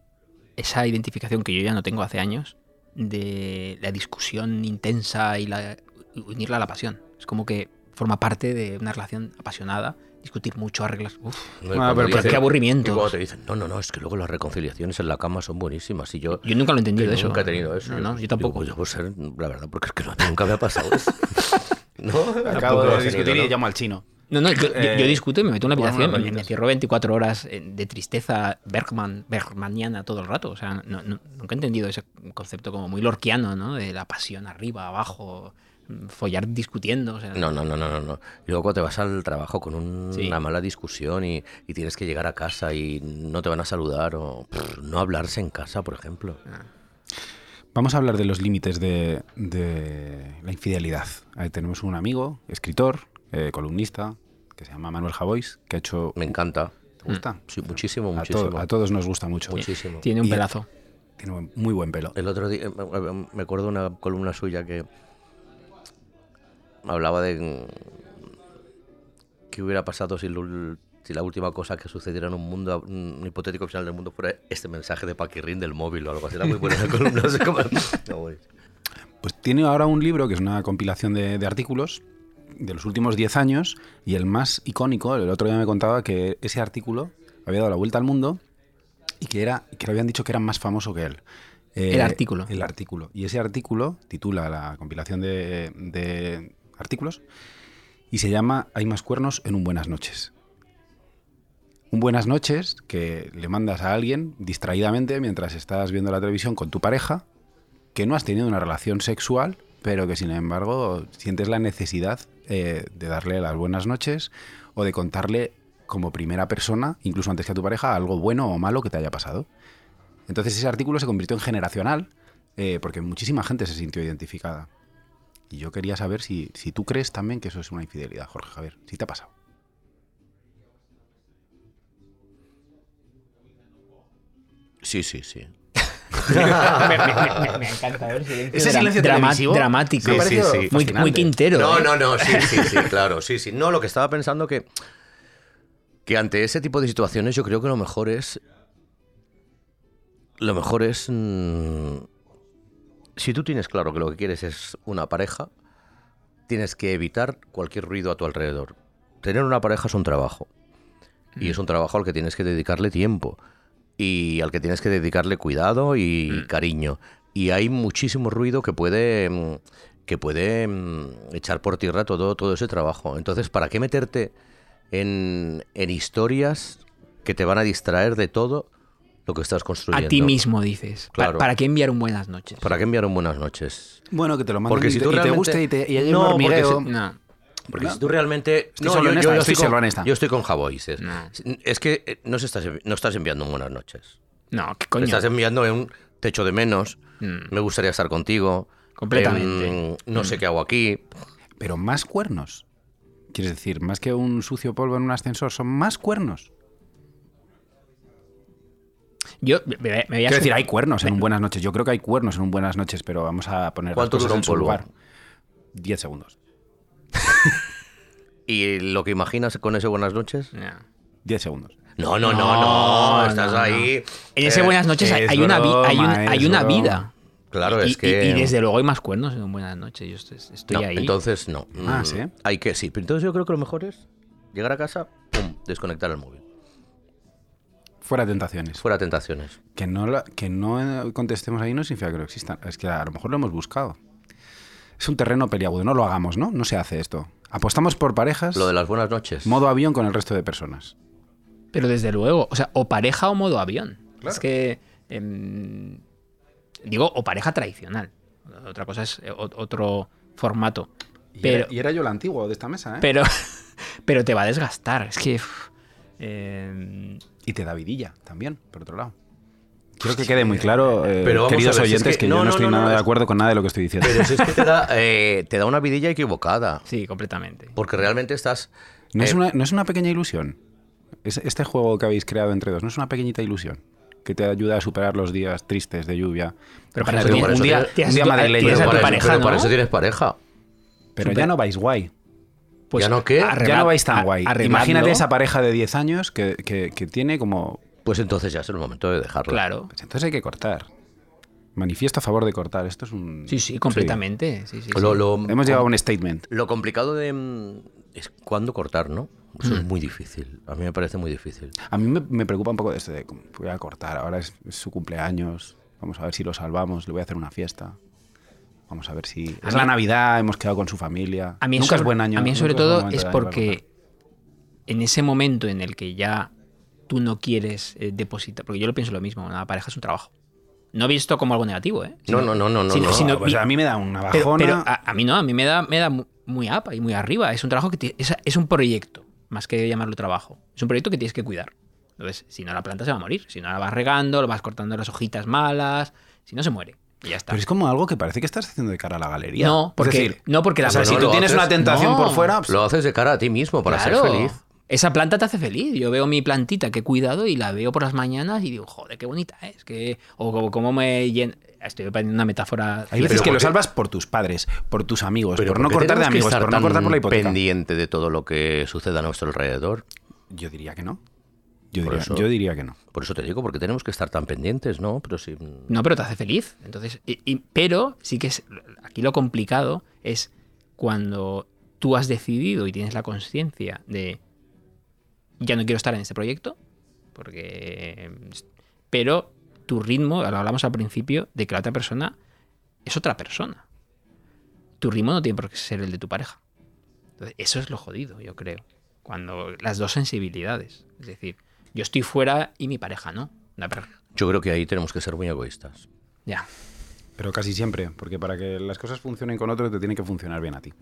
Speaker 2: esa identificación que yo ya no tengo hace años de la discusión intensa y la, unirla a la pasión. Es como que forma parte de una relación apasionada, discutir mucho, arreglas. Uf,
Speaker 3: No,
Speaker 1: Ah, pero
Speaker 3: cuando
Speaker 1: pues
Speaker 2: qué aburrimiento.
Speaker 3: y cuando te dicen, no, no, no, es que luego las reconciliaciones en la cama son buenísimas. Y yo,
Speaker 2: Yo nunca lo he entendido
Speaker 3: que
Speaker 2: eso.
Speaker 3: Nunca he tenido eso.
Speaker 2: No, no, yo
Speaker 3: digo,
Speaker 2: tampoco.
Speaker 3: pues, yo por ser, la verdad, porque es que no- nunca me ha pasado eso. no,
Speaker 1: Acabo de
Speaker 3: tampoco lo he
Speaker 1: discutir
Speaker 3: tenido,
Speaker 1: y
Speaker 3: ¿no?
Speaker 1: llamo al chino.
Speaker 2: No, no, yo, yo- yo
Speaker 1: Eh,
Speaker 2: discuto y me meto en una
Speaker 1: bueno,
Speaker 2: habitación,
Speaker 1: unas
Speaker 2: me, me
Speaker 1: rayitas.
Speaker 2: cierro 24 horas eh, de tristeza Bergman, Bergmaniana todo el rato. O sea, no- no- nunca he entendido ese concepto como muy lorquiano, ¿no? De la pasión arriba, abajo, mm, follar discutiendo. O sea,
Speaker 3: No, no, no, no, no, no. Y luego cuando te vas al trabajo con un-
Speaker 2: Sí.
Speaker 3: una mala discusión y, y tienes que llegar a casa y no te van a saludar o pff, no hablarse en casa, por ejemplo.
Speaker 1: Vamos a hablar de los límites de, de la infidelidad. Ahí tenemos un amigo, escritor, eh, columnista, que se llama Manuel Javois, que ha hecho...
Speaker 3: Me encanta.
Speaker 1: ¿Te gusta?
Speaker 3: Sí, muchísimo,
Speaker 1: A,
Speaker 3: muchísimo.
Speaker 1: to- a todos nos gusta mucho.
Speaker 3: Muchísimo.
Speaker 2: Tiene un
Speaker 1: Y-
Speaker 2: pelazo.
Speaker 1: Tiene buen- muy buen pelo.
Speaker 3: El otro día eh, eh, me acuerdo de una columna suya que hablaba de mm, qué hubiera pasado si, lo ul- si la última cosa que sucediera en un mundo, un hipotético final del mundo, fuera este mensaje de Paquirrín del móvil o algo así. Era muy buena la columna. no sé cómo- No, güey.
Speaker 1: Pues tiene ahora un libro que es una compilación de, de artículos de los últimos 10 años y el más icónico, el otro día me contaba que ese artículo había dado la vuelta al mundo y que, era, que le habían dicho que era más famoso que él. Eh,
Speaker 2: El artículo.
Speaker 1: El artículo. Y ese artículo titula la compilación de, de artículos y se llama Hay más cuernos en un buenas noches. Un buenas noches que le mandas a alguien distraídamente mientras estás viendo la televisión con tu pareja que no has tenido una relación sexual, pero que sin embargo sientes la necesidad eh, de darle las buenas noches o de contarle como primera persona, incluso antes que a tu pareja, algo bueno o malo que te haya pasado. Entonces ese artículo se convirtió en generacional eh, porque muchísima gente se sintió identificada. Y yo quería saber si, si tú crees también que eso es una infidelidad, Jorge Javier. Si te ha pasado.
Speaker 3: Sí, sí, sí.
Speaker 2: Ah, me encanta ver silencio.
Speaker 1: Ese silencio televisivo.
Speaker 2: dramático.
Speaker 1: Sí, sí, sí,
Speaker 2: Muy,
Speaker 1: fascinante.
Speaker 2: muy quintero.
Speaker 3: No,
Speaker 2: ¿eh?
Speaker 3: no, no, sí, sí, sí, claro, sí, sí. No, lo que estaba pensando que, que ante ese tipo de situaciones yo creo que lo mejor es... Lo mejor es... mm, si tú tienes claro que lo que quieres es una pareja, tienes que evitar cualquier ruido a tu alrededor. Tener una pareja es un trabajo. Y es un trabajo al que tienes que dedicarle tiempo. Y al que tienes que dedicarle cuidado y
Speaker 2: Mm.
Speaker 3: cariño. Y hay muchísimo ruido que puede, mm, que puede mm, echar por tierra todo, todo ese trabajo. Entonces, ¿para qué meterte en, en historias que te van a distraer de todo lo que estás construyendo?
Speaker 2: A ti mismo dices. Pa-
Speaker 3: Claro.
Speaker 2: ¿Para qué enviar un buenas noches?
Speaker 3: ¿Para qué enviar un buenas noches?
Speaker 1: Bueno, que te lo manden
Speaker 3: Porque
Speaker 1: y,
Speaker 3: si
Speaker 1: te,
Speaker 3: tú
Speaker 1: y te
Speaker 3: realmente-
Speaker 1: guste y, te, y hay
Speaker 3: No,
Speaker 1: un
Speaker 3: porque
Speaker 1: hormigueo.
Speaker 2: No.
Speaker 3: Porque
Speaker 1: No.
Speaker 3: si tú realmente.
Speaker 1: Estoy solo en esta, estoy
Speaker 3: con-
Speaker 1: solo en esta.
Speaker 3: yo estoy con Javois. Es,
Speaker 2: No.
Speaker 3: es que eh, no, se estás, envi- no estás enviando un buenas noches.
Speaker 2: No, qué coño.
Speaker 3: Estás enviando un techo de menos.
Speaker 2: Mm.
Speaker 3: Me gustaría estar contigo.
Speaker 2: Completamente. Mm.
Speaker 3: em, no sé qué hago aquí.
Speaker 1: Pero más cuernos. Quieres decir, más que un sucio polvo en un ascensor, son más cuernos.
Speaker 2: Yo me, me- me voy a
Speaker 1: Quiero
Speaker 2: sumar-
Speaker 1: decir, hay cuernos en un Buenas noches. Yo creo que hay cuernos en un Buenas noches, pero vamos a poner
Speaker 3: ¿Cuánto
Speaker 1: las cosas
Speaker 3: dura un
Speaker 1: en su
Speaker 3: polvo?
Speaker 1: lugar. Diez segundos.
Speaker 3: ¿Y lo que imaginas con ese buenas noches?
Speaker 2: No.
Speaker 1: Diez segundos.
Speaker 3: No, no, no,
Speaker 2: No,
Speaker 3: no. estás
Speaker 2: no, no.
Speaker 3: ahí.
Speaker 2: En ese
Speaker 3: Eh,
Speaker 2: buenas noches hay,
Speaker 1: es
Speaker 2: hay una, vi-
Speaker 1: broma,
Speaker 2: hay, un-
Speaker 1: es
Speaker 2: hay una
Speaker 1: broma.
Speaker 2: vida.
Speaker 3: Claro,
Speaker 2: Y-
Speaker 3: es
Speaker 2: y-
Speaker 3: que.
Speaker 2: y, desde luego hay más cuernos en un buenas noches. Yo est- estoy,
Speaker 3: No,
Speaker 2: ahí.
Speaker 3: Entonces no.
Speaker 1: Ah,
Speaker 3: Mm,
Speaker 1: ¿sí?
Speaker 3: Hay que sí. Pero entonces yo creo que lo mejor es llegar a casa, pum, desconectar el móvil.
Speaker 1: Fuera tentaciones.
Speaker 3: Fuera tentaciones.
Speaker 1: Que no, la- que no eh, contestemos ahí no significa que no existan. Es que a lo mejor lo hemos buscado. Es un terreno peliagudo. No lo hagamos, ¿no? No se hace esto. Apostamos por parejas,
Speaker 3: Lo de las buenas noches.
Speaker 1: modo avión con el resto de personas.
Speaker 2: Pero desde luego, o sea, o pareja o modo avión. Es que. em, digo, o pareja tradicional. Otra cosa es eh, o- otro formato.
Speaker 1: Y,
Speaker 2: Pero-
Speaker 1: era, y era yo el antiguo de esta mesa, ¿eh?
Speaker 2: Pero, pero te va a desgastar. Es que. uf, em,
Speaker 1: y te da vidilla también, por otro lado. Quiero que quede muy claro, eh,
Speaker 3: Pero vamos
Speaker 1: queridos
Speaker 3: a ver, si es
Speaker 1: oyentes, que,
Speaker 3: que- no,
Speaker 1: yo no,
Speaker 3: no,
Speaker 1: estoy
Speaker 3: no, no,
Speaker 1: nada de
Speaker 3: es-
Speaker 1: acuerdo con nada de lo que estoy diciendo.
Speaker 3: Pero si es que te da, eh, te da una vidilla equivocada.
Speaker 2: sí, completamente.
Speaker 3: Porque realmente estás.
Speaker 1: ¿No, es
Speaker 3: eh,
Speaker 1: una, no es una pequeña ilusión? Es- este juego que habéis creado entre dos, ¿no es una pequeñita ilusión? Que te ayuda a superar los días tristes de lluvia.
Speaker 2: Pero para
Speaker 1: Imagínate, un,
Speaker 3: eso tienes-
Speaker 1: día,
Speaker 3: tienes-
Speaker 1: un día
Speaker 2: tienes tu-
Speaker 1: madrileño.
Speaker 2: tienes a
Speaker 1: pero
Speaker 2: tu
Speaker 3: para,
Speaker 1: para-
Speaker 3: eso-
Speaker 2: pareja,
Speaker 3: pero
Speaker 2: ¿no?
Speaker 3: para eso tienes pareja.
Speaker 1: Pero ya no vais guay.
Speaker 3: ¿Ya no qué?
Speaker 1: Ya
Speaker 2: arregla-
Speaker 1: no vais
Speaker 2: Pues a-
Speaker 1: tan guay.
Speaker 2: arregladlo.
Speaker 1: Imagínate esa pareja de 10 años que, que- que tiene como...
Speaker 3: Pues entonces ya es el momento de dejarlo.
Speaker 2: Claro.
Speaker 1: Pues entonces hay que cortar. Manifiesto a favor de cortar. Esto es un...
Speaker 2: Sí, sí, completamente. Sí, sí, sí.
Speaker 3: Lo, lo-
Speaker 1: Hemos llegado a un statement.
Speaker 3: lo complicado de. mm, es cuándo cortar, ¿no? Eso es muy difícil. A mí me parece muy difícil.
Speaker 1: A mí me, me preocupa un poco esto de como, voy a cortar, ahora es, es su cumpleaños, vamos a ver si lo salvamos, le voy a hacer una fiesta. Vamos a ver si.
Speaker 2: A
Speaker 1: es
Speaker 2: mí-
Speaker 1: la Navidad, hemos quedado con su familia.
Speaker 2: A mí
Speaker 1: nunca
Speaker 2: sobre,
Speaker 1: es buen año.
Speaker 2: A mí
Speaker 1: nunca
Speaker 2: sobre
Speaker 1: buen
Speaker 2: todo
Speaker 1: momento
Speaker 2: es
Speaker 1: de año para cortar.
Speaker 2: porque en ese momento en el que ya tú no quieres eh, depositar, porque yo lo pienso lo mismo, una pareja es un trabajo. No he visto como algo negativo, ¿eh?
Speaker 3: No, no, no, no, no.
Speaker 2: Si-
Speaker 3: no.
Speaker 2: si no-
Speaker 1: Ah, pues a mí me da una bajona.
Speaker 2: Pero, pero a, a mí no, a mí me da, me da mu- muy apa y muy arriba. Es un trabajo que ti- es, es un proyecto, más que llamarlo trabajo. Es un proyecto que tienes que cuidar. Entonces, si no, la planta se va a morir. Si no, la vas regando, la vas cortando las hojitas malas. Si no, se muere. Y ya está.
Speaker 1: Pero es como algo que parece que estás haciendo de cara a la galería.
Speaker 2: no,
Speaker 1: Es
Speaker 2: porque,
Speaker 1: decir,
Speaker 2: no, porque la
Speaker 1: o sea,
Speaker 3: Bueno,
Speaker 1: si
Speaker 2: planta-
Speaker 1: tú
Speaker 3: lo
Speaker 1: tienes
Speaker 3: haces-
Speaker 1: una tentación
Speaker 2: No.
Speaker 1: por fuera, pues,
Speaker 3: Lo haces de cara a ti mismo para ser
Speaker 2: Claro.
Speaker 3: feliz.
Speaker 2: Esa planta te hace feliz. Yo veo mi plantita que he cuidado y la veo por las mañanas y digo, joder, qué bonita es. Que... O como, como me llena. Estoy poniendo una metáfora.
Speaker 1: hay veces
Speaker 3: Pero
Speaker 1: que
Speaker 3: ¿por
Speaker 1: lo
Speaker 3: qué?
Speaker 1: salvas por tus padres, por tus amigos, Pues por
Speaker 3: ¿por
Speaker 1: no
Speaker 3: qué
Speaker 1: cortar de
Speaker 3: tenemos que
Speaker 1: amigos,
Speaker 3: estar
Speaker 1: por no
Speaker 3: tan
Speaker 1: cortar por la hipoteca.
Speaker 3: pendiente de todo lo que suceda a nuestro alrededor.
Speaker 1: Yo diría que no. Yo
Speaker 3: Por
Speaker 1: diría,
Speaker 3: eso-
Speaker 1: yo diría que no.
Speaker 3: Por eso te digo, porque tenemos que estar tan pendientes, ¿no? Pero si
Speaker 2: No, pero te hace feliz. Entonces, y- y- pero sí que es. Aquí lo complicado es cuando tú has decidido y tienes la conciencia de. Ya no quiero estar en este proyecto. Porque. Pero tu ritmo, lo hablamos al principio, de que la otra persona es otra persona. Tu ritmo no tiene por qué ser el de tu pareja. Entonces, eso es lo jodido, yo creo. Cuando las dos sensibilidades. Es decir, yo estoy fuera y mi pareja no. Una per-
Speaker 3: yo creo que ahí tenemos que ser muy egoístas.
Speaker 2: Ya.
Speaker 1: Pero casi siempre, porque para que las cosas funcionen con otro te tiene que funcionar bien a ti.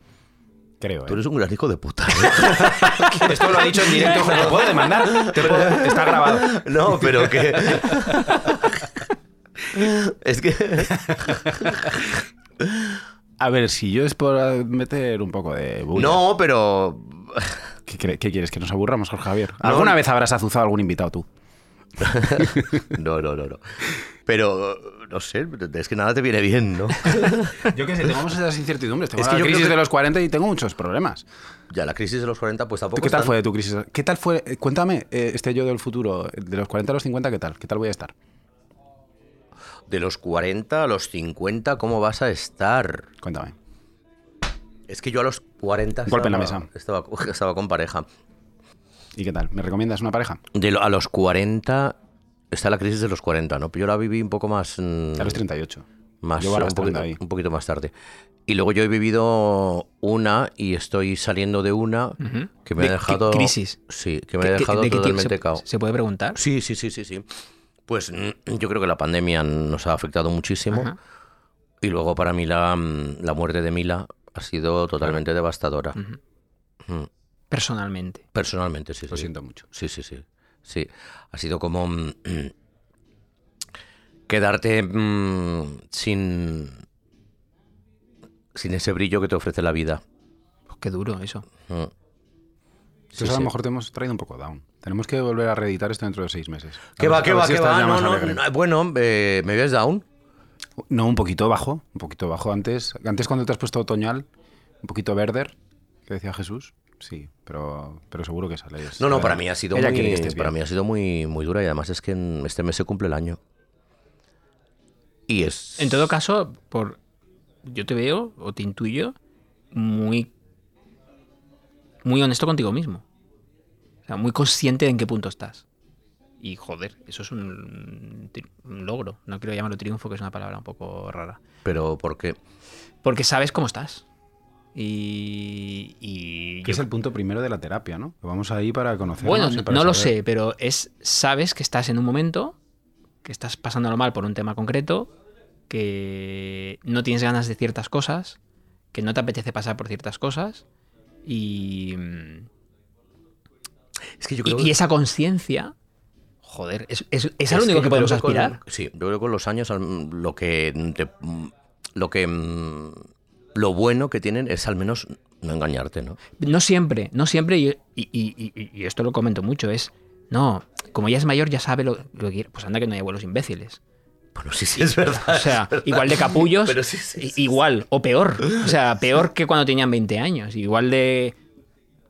Speaker 1: Creo, ¿eh?
Speaker 3: Tú eres un gran hijo de puta. ¿eh?
Speaker 1: Esto lo ha dicho en directo, joder, te puedo demandar. Te puedo- Está grabado.
Speaker 3: no, pero que... es que...
Speaker 1: A ver, si yo es por meter un poco de bulla.
Speaker 3: No, pero...
Speaker 1: ¿Qué, cre- qué quieres? ¿Que nos aburramos, Jorge Javier? ¿Alguna vez habrás azuzado a algún invitado tú?
Speaker 3: No, no, no, no. Pero, no sé, es que nada te viene bien, ¿no?
Speaker 1: Yo qué sé, tenemos esas incertidumbres. Tengo
Speaker 3: Es
Speaker 1: es
Speaker 3: que
Speaker 1: que
Speaker 3: yo creo
Speaker 1: crisis
Speaker 3: que-
Speaker 1: de los 40 y tengo muchos problemas.
Speaker 3: Ya, la crisis de los 40 pues
Speaker 1: ¿Tú
Speaker 3: tampoco...
Speaker 1: ¿Qué tal
Speaker 3: están-
Speaker 1: fue tu crisis? ¿Qué tal fue? eh, Cuéntame, eh, este yo del futuro, de los 40 a los 50, ¿qué tal? ¿Qué tal voy a estar?
Speaker 3: De los 40 a los 50, ¿cómo vas a estar?
Speaker 1: Cuéntame.
Speaker 3: Es que yo a los 40 estaba,
Speaker 1: Golpe en la mesa.
Speaker 3: Estaba, estaba con pareja.
Speaker 1: ¿Y qué tal? ¿Me recomiendas una pareja?
Speaker 3: De lo- a los 40 está la crisis de los 40, ¿no? Pero yo la viví un poco más... mm,
Speaker 1: A los 38.
Speaker 3: más
Speaker 1: Yo a los
Speaker 3: un,
Speaker 1: 30
Speaker 3: poquito,
Speaker 1: ahí.
Speaker 3: un poquito más tarde. Y luego yo he vivido una y estoy saliendo de una
Speaker 1: Mm.
Speaker 2: Ujú.
Speaker 3: que me
Speaker 2: ¿De
Speaker 3: ha
Speaker 2: qué
Speaker 3: dejado...
Speaker 2: crisis?
Speaker 3: Sí, que me ha
Speaker 2: ¿Qué- qué-
Speaker 3: dejado
Speaker 2: de qué tipo
Speaker 3: totalmente
Speaker 2: se,
Speaker 3: cao.
Speaker 2: ¿Se puede preguntar?
Speaker 3: Sí, sí, sí, sí, sí. Pues mm, yo creo que la pandemia nos ha afectado muchísimo.
Speaker 2: Ajá.
Speaker 3: Y luego para mí la, mm, la muerte de Mila ha sido totalmente devastadora.
Speaker 2: Ujú.
Speaker 3: Mm.
Speaker 2: Personalmente.
Speaker 3: Personalmente, sí,
Speaker 1: Lo
Speaker 3: sí.
Speaker 1: siento mucho.
Speaker 3: Sí, sí, sí. Sí. Ha sido como mm, quedarte mm, sin. sin ese brillo que te ofrece la vida.
Speaker 2: Pues qué duro eso.
Speaker 3: Mm. Sí,
Speaker 1: Entonces, Pues a
Speaker 3: sí.
Speaker 1: lo mejor te hemos traído un poco down. Tenemos que volver a reeditar esto dentro de seis meses. A
Speaker 3: ¿Qué
Speaker 1: ver-
Speaker 3: va,
Speaker 1: a
Speaker 3: qué
Speaker 1: ver
Speaker 3: va,
Speaker 1: si
Speaker 3: qué
Speaker 1: estás
Speaker 3: va?
Speaker 1: ya
Speaker 3: No,
Speaker 1: más
Speaker 3: no,
Speaker 1: alegre.
Speaker 3: no. Bueno, eh, ¿me ves down?
Speaker 1: No, un poquito bajo, un poquito bajo antes. Antes cuando te has puesto otoñal, un poquito verder, que decía Jesús. Sí, pero, pero seguro que sale.
Speaker 3: No, no, para mí ha sido
Speaker 1: Ella
Speaker 3: muy,
Speaker 1: quiere que estés
Speaker 3: para
Speaker 1: bien.
Speaker 3: mí ha sido muy, muy dura y además es que en este mes se cumple el año. Y es
Speaker 2: En todo caso, por yo te veo o te intuyo muy muy honesto contigo mismo. O sea, muy consciente de en qué punto estás. Y joder, eso es un, tri- un logro. No quiero llamarlo triunfo, que es una palabra un poco rara.
Speaker 3: pero porque
Speaker 2: Porque sabes cómo estás. Y, y
Speaker 1: Que es el punto primero de la terapia, ¿no? Que vamos ahí para
Speaker 3: Este
Speaker 1: conocer.
Speaker 2: Bueno, no, no lo sé, pero es sabes que estás en un momento, que estás pasándolo mal por un tema concreto, que no tienes ganas de ciertas cosas, que no te apetece pasar por ciertas cosas y
Speaker 3: es que yo
Speaker 2: y,
Speaker 3: creo
Speaker 2: y esa conciencia, joder, es, es- es a lo
Speaker 3: Es
Speaker 2: único que
Speaker 3: yo
Speaker 2: podemos
Speaker 3: creo con-
Speaker 2: aspirar.
Speaker 3: sí, yo creo que con los años al- lo que te- lo que mm, lo bueno que tienen es al menos no engañarte, ¿no?
Speaker 2: No siempre, no siempre, y, y- y- y- y esto lo comento mucho, es, no, como ya es mayor ya sabe lo, lo que quiere, pues anda que no hay abuelos imbéciles.
Speaker 3: Bueno, sí, sí, es verdad.
Speaker 2: O sea, igual de capullos,
Speaker 3: Pero sí, sí,
Speaker 2: i-
Speaker 3: sí,
Speaker 2: igual, o peor. O sea, peor que cuando tenían 20 años. Igual de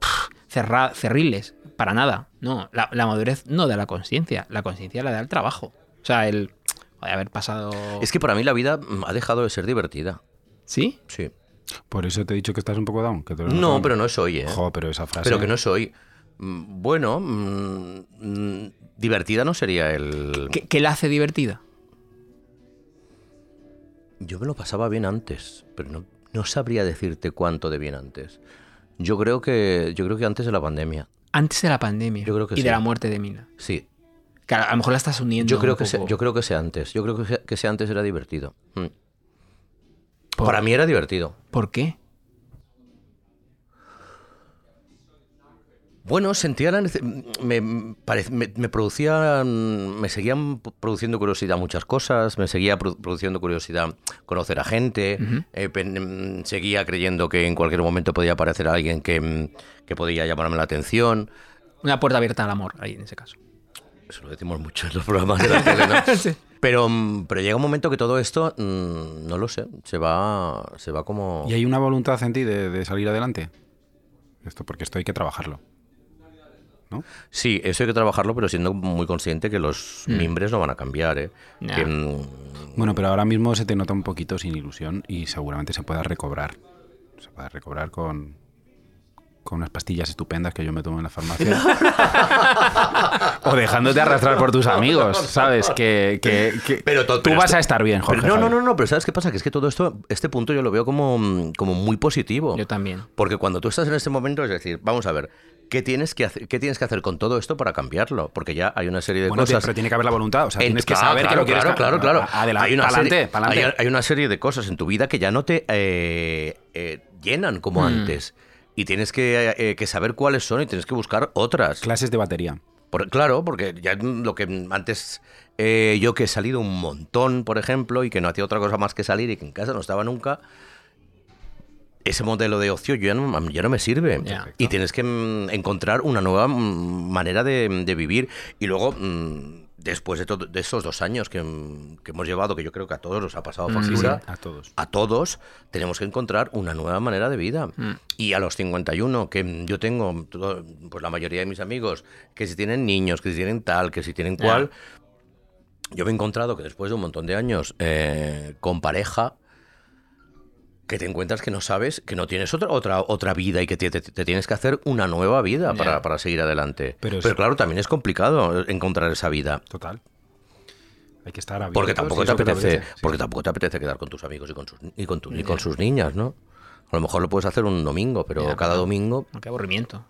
Speaker 2: pff, cerra- cerriles, para nada. No, la, la madurez no da la conciencia, la conciencia la da el trabajo. O sea, el joder, haber pasado...
Speaker 3: Es que para mí la vida mm, ha dejado de ser divertida.
Speaker 2: ¿Sí?
Speaker 3: Sí.
Speaker 1: Por eso te he dicho que estás un poco down. Que te lo
Speaker 3: No,
Speaker 1: noto.
Speaker 3: pero no es hoy, ¿eh?
Speaker 2: ¿Ah,
Speaker 1: Jo, pero esa frase.
Speaker 3: Pero que no es hoy. Mm, Bueno, mm, mm, divertida no sería el...
Speaker 2: ¿Qué, qué la hace divertida?
Speaker 3: Yo me lo pasaba bien antes, pero no, no sabría decirte cuánto de bien antes. Yo creo que yo creo que antes de la pandemia.
Speaker 2: Antes de la pandemia
Speaker 3: Yo creo que
Speaker 2: y
Speaker 3: sí.
Speaker 2: de la muerte de Mina.
Speaker 3: Sí.
Speaker 2: Que a a lo mejor la estás uniendo.
Speaker 3: Yo creo
Speaker 2: un
Speaker 3: que sea,
Speaker 2: poco.
Speaker 3: yo creo que sea antes. Yo creo que sea, que sea antes era divertido. Mm.
Speaker 2: Por-
Speaker 3: Para mí era divertido.
Speaker 2: ¿Por qué?
Speaker 3: Bueno, sentía la nece- me, parec- me, me producía me seguían p- produciendo curiosidad muchas cosas, me seguía produ- produciendo curiosidad conocer a gente, eh, pen- mm, seguía creyendo que en cualquier momento podía aparecer alguien que, mm, que podía llamarme la atención.
Speaker 2: Una puerta abierta al amor, ahí en ese caso.
Speaker 3: Eso lo decimos mucho en los programas de la tele, ¿no? Pero, mm, pero llega un momento que todo esto, mm, no lo sé, se va, se va como...
Speaker 1: ¿Y hay una voluntad en ti de, de salir adelante? Esto porque esto hay que trabajarlo. ¿No?
Speaker 3: Sí, eso hay que trabajarlo, pero siendo muy consciente que los
Speaker 1: Mm.
Speaker 3: mimbres no van a cambiar, ¿eh?
Speaker 2: Nah.
Speaker 3: Que, mm,
Speaker 1: Bueno, pero ahora mismo se te nota un poquito sin ilusión y seguramente se pueda recobrar. Se pueda recobrar con, con unas pastillas estupendas que yo me tomo en la farmacia. o dejándote arrastrar por tus amigos, ¿sabes? Que, que- que
Speaker 3: Pero to-
Speaker 1: tú
Speaker 3: pero
Speaker 1: vas
Speaker 3: esto-
Speaker 1: a estar bien, Jorge.
Speaker 3: Pero no, no,
Speaker 1: Javier.
Speaker 3: no, no, pero ¿sabes qué pasa? Que es que todo esto, este punto yo lo veo como, mm, como muy positivo.
Speaker 2: Yo también.
Speaker 3: Porque cuando tú estás en este momento, es decir, vamos a ver, ¿qué tienes que hacer, qué tienes que hacer con todo esto para cambiarlo? Porque ya hay una serie de
Speaker 1: Bueno,
Speaker 3: cosas.
Speaker 1: pero tiene que haber la voluntad. O sea,
Speaker 3: En-
Speaker 1: tienes que
Speaker 3: claro,
Speaker 1: saber
Speaker 3: claro,
Speaker 1: que lo quieres.
Speaker 3: Claro, claro, claro.
Speaker 1: Adelante,
Speaker 3: hay, una
Speaker 1: pa'lante,
Speaker 3: serie,
Speaker 1: pa'lante.
Speaker 3: Hay, hay una serie de cosas en tu vida que ya no te eh, eh, llenan
Speaker 1: Mm.
Speaker 3: como antes. Y tienes que, eh, que saber cuáles son y tienes que buscar otras.
Speaker 1: Clases de batería.
Speaker 3: Por- claro, porque ya mm, lo que mm, antes eh, yo que he salido un montón, por ejemplo, y que no hacía otra cosa más que salir y que en casa no estaba nunca, ese modelo de ocio yo ya no, a mí ya no me sirve.
Speaker 2: Ya.
Speaker 3: Y tienes que mm, encontrar una nueva mm, manera de, de vivir. Y luego, mm, después de, todo- de esos dos años que, mm, que hemos llevado, que yo creo que a todos nos ha pasado factura,
Speaker 1: a todos.
Speaker 3: a todos tenemos que encontrar una nueva manera de vida.
Speaker 2: Mm.
Speaker 3: Y a los 51, que mm, yo tengo, todo- pues la mayoría de mis amigos, que si tienen niños, que si tienen tal, que si tienen cual, yo me he encontrado que después de un montón de años eh, con pareja, que te encuentras que no sabes, que no tienes otra otra, otra vida y que te, te- te tienes que hacer una nueva vida para, para seguir adelante.
Speaker 1: Pero es-
Speaker 3: claro, también es complicado encontrar esa vida.
Speaker 1: Total. Hay que estar abiertos.
Speaker 3: Porque tampoco
Speaker 1: y
Speaker 3: te
Speaker 1: eso que
Speaker 3: apetece,
Speaker 1: sí.
Speaker 3: porque tampoco te apetece quedar con tus amigos y con sus y con, tu- y con sus niñas, ¿no? A lo mejor lo puedes hacer un domingo, pero
Speaker 2: Ya,
Speaker 3: cada
Speaker 2: pero-
Speaker 3: domingo
Speaker 2: Qué aburrimiento.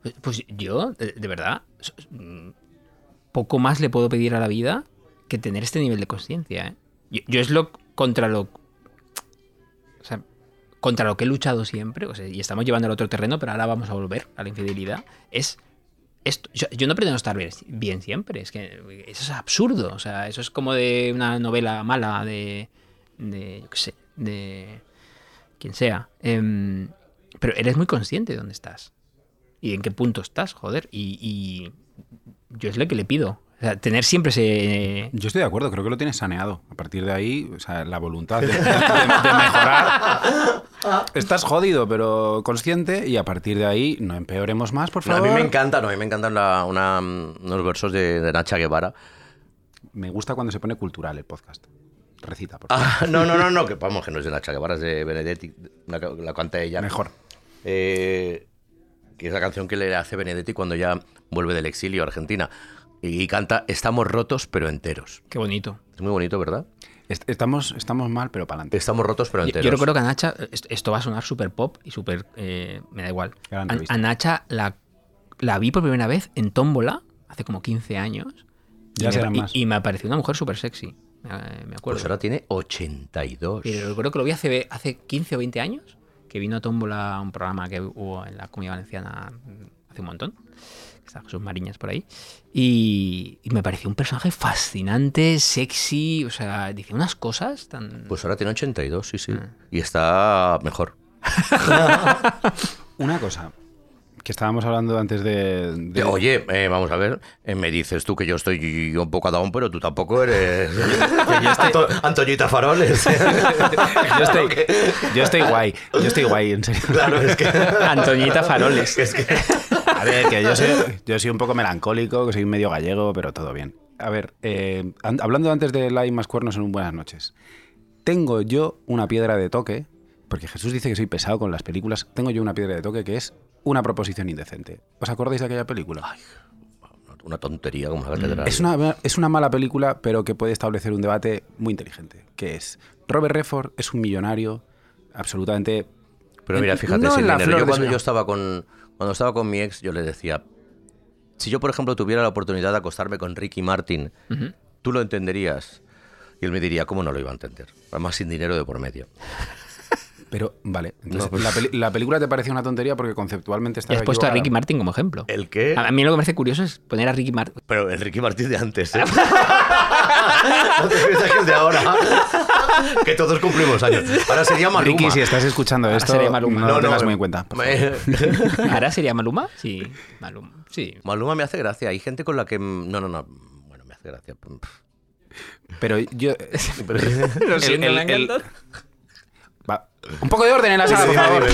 Speaker 2: Pues, pues yo, de, de verdad, so- mm, poco más le puedo pedir a la vida que tener este nivel de conciencia. ¿eh? Yo, yo es lo contra lo. O sea, contra lo que he luchado siempre, o sea, y estamos llevando al otro terreno, pero ahora vamos a volver a la infidelidad. Es. Esto, yo, yo no pretendo estar bien, bien siempre, es que eso es absurdo. O sea, eso es como de una novela mala de. de. yo qué sé, de quien sea. em, pero eres muy consciente de dónde estás. Y en qué punto estás, joder. Y, y yo es lo que le pido. O sea, tener siempre ese...
Speaker 1: Yo estoy de acuerdo, creo que lo tienes saneado. A partir de ahí, o sea, la voluntad de, de- de mejorar. Estás jodido, pero consciente, y a partir de ahí no empeoremos más, por
Speaker 3: No, a
Speaker 1: favor.
Speaker 3: mí me encanta, no, a mí me encantan la- una- mm, unos versos de, de Nacha Guevara.
Speaker 1: Me gusta cuando se pone cultural el podcast. Recita, por favor.
Speaker 3: Ah, no, no, no, no, que vamos, que no es de Nacha Guevara, es de Benedetti, la, ca- la canta ella.
Speaker 1: Mejor.
Speaker 3: Eh, que es la canción que le hace Benedetti cuando ya vuelve del exilio a Argentina. Y, canta Estamos rotos pero enteros.
Speaker 2: Qué bonito.
Speaker 3: Es muy bonito, ¿verdad?
Speaker 1: Est- Estamos, estamos mal, pero para adelante.
Speaker 3: Estamos rotos pero
Speaker 2: Yo- Yo,
Speaker 3: enteros.
Speaker 2: recuerdo que a Nacha, est- esto va a sonar súper pop y súper... eh, me da igual. A,
Speaker 1: Gran entrevista.
Speaker 2: a Nacha la, la vi por primera vez en Tómbola, hace como 15 años.
Speaker 1: Ya
Speaker 2: y,
Speaker 1: serán
Speaker 2: me, y-
Speaker 1: más.
Speaker 2: y me pareció una mujer súper sexy. eh, me acuerdo.
Speaker 3: Pues ahora tiene 82.
Speaker 2: Pero recuerdo que lo vi hace, hace 15 o 20 años, que vino a Tómbola un programa que hubo en la Comunidad Valenciana mm, hace un montón. que Estaba Jesús Mariñas por ahí. Y, y me pareció un personaje fascinante, sexy, o sea, dice unas cosas tan...
Speaker 3: Pues ahora tiene 82, sí, sí. Y está mejor.
Speaker 1: Una cosa que estábamos hablando antes de. de-
Speaker 3: Oye, eh, vamos a ver, eh, me dices tú que yo estoy un poco down, pero tú tampoco eres Anto- Antoñita Faroles.
Speaker 1: yo, estoy, yo estoy guay. Yo estoy guay, en serio.
Speaker 3: claro, es que...
Speaker 2: Antoñita Faroles.
Speaker 3: es que-
Speaker 1: A ver, que yo soy, yo soy un poco melancólico, que soy medio gallego, pero todo bien. A ver, eh, an- hablando antes de la hay más cuernos en un buenas noches. Tengo yo una piedra de toque Porque Jesús dice que soy pesado con las películas. Tengo yo una piedra de toque que es una proposición indecente. ¿Os acordáis de aquella película?
Speaker 3: Una tontería como la catedral.
Speaker 1: Mm. Es una, es una mala película, pero que puede establecer un debate muy inteligente, que es Robert Redford es un millonario absolutamente...
Speaker 3: Pero mira, fíjate,
Speaker 1: no
Speaker 3: sin
Speaker 1: en la
Speaker 3: dinero.
Speaker 1: flor
Speaker 3: Yo
Speaker 1: de
Speaker 3: cuando
Speaker 1: su-
Speaker 3: yo estaba con cuando estaba con mi ex, yo le decía, si yo por ejemplo tuviera la oportunidad de acostarme con Ricky Martin,
Speaker 2: Ujú.
Speaker 3: tú lo entenderías. Y él me diría, ¿cómo no lo iba a entender? Además sin dinero de por medio.
Speaker 1: Pero, vale, entonces,
Speaker 3: No, pues-
Speaker 1: la, peli- la película te parece una tontería porque conceptualmente está
Speaker 2: Y has puesto a Ricky Martin como ejemplo.
Speaker 3: ¿El qué?
Speaker 2: A a mí lo que me parece curioso es poner a Ricky Martin.
Speaker 3: Pero el Ricky Martin de antes, ¿eh? no te piensas que el de ahora. que todos cumplimos años. Ahora sería Maluma.
Speaker 1: Ricky, si estás escuchando
Speaker 2: Ah,
Speaker 1: esto,
Speaker 2: sería
Speaker 1: no,
Speaker 2: Maluma.
Speaker 1: lo tengas muy en cuenta. por favor.
Speaker 3: Me-
Speaker 2: ¿Ahora sería Maluma? Sí, Maluma. Sí.
Speaker 3: Maluma me hace gracia. Hay gente con la que... mm, No, no, no. Bueno, me hace gracia.
Speaker 1: Pero yo...
Speaker 3: Pero-
Speaker 2: Lo
Speaker 1: El- siento, el- me ha el- encantado. Va, Un poco de orden en la sala, por favor.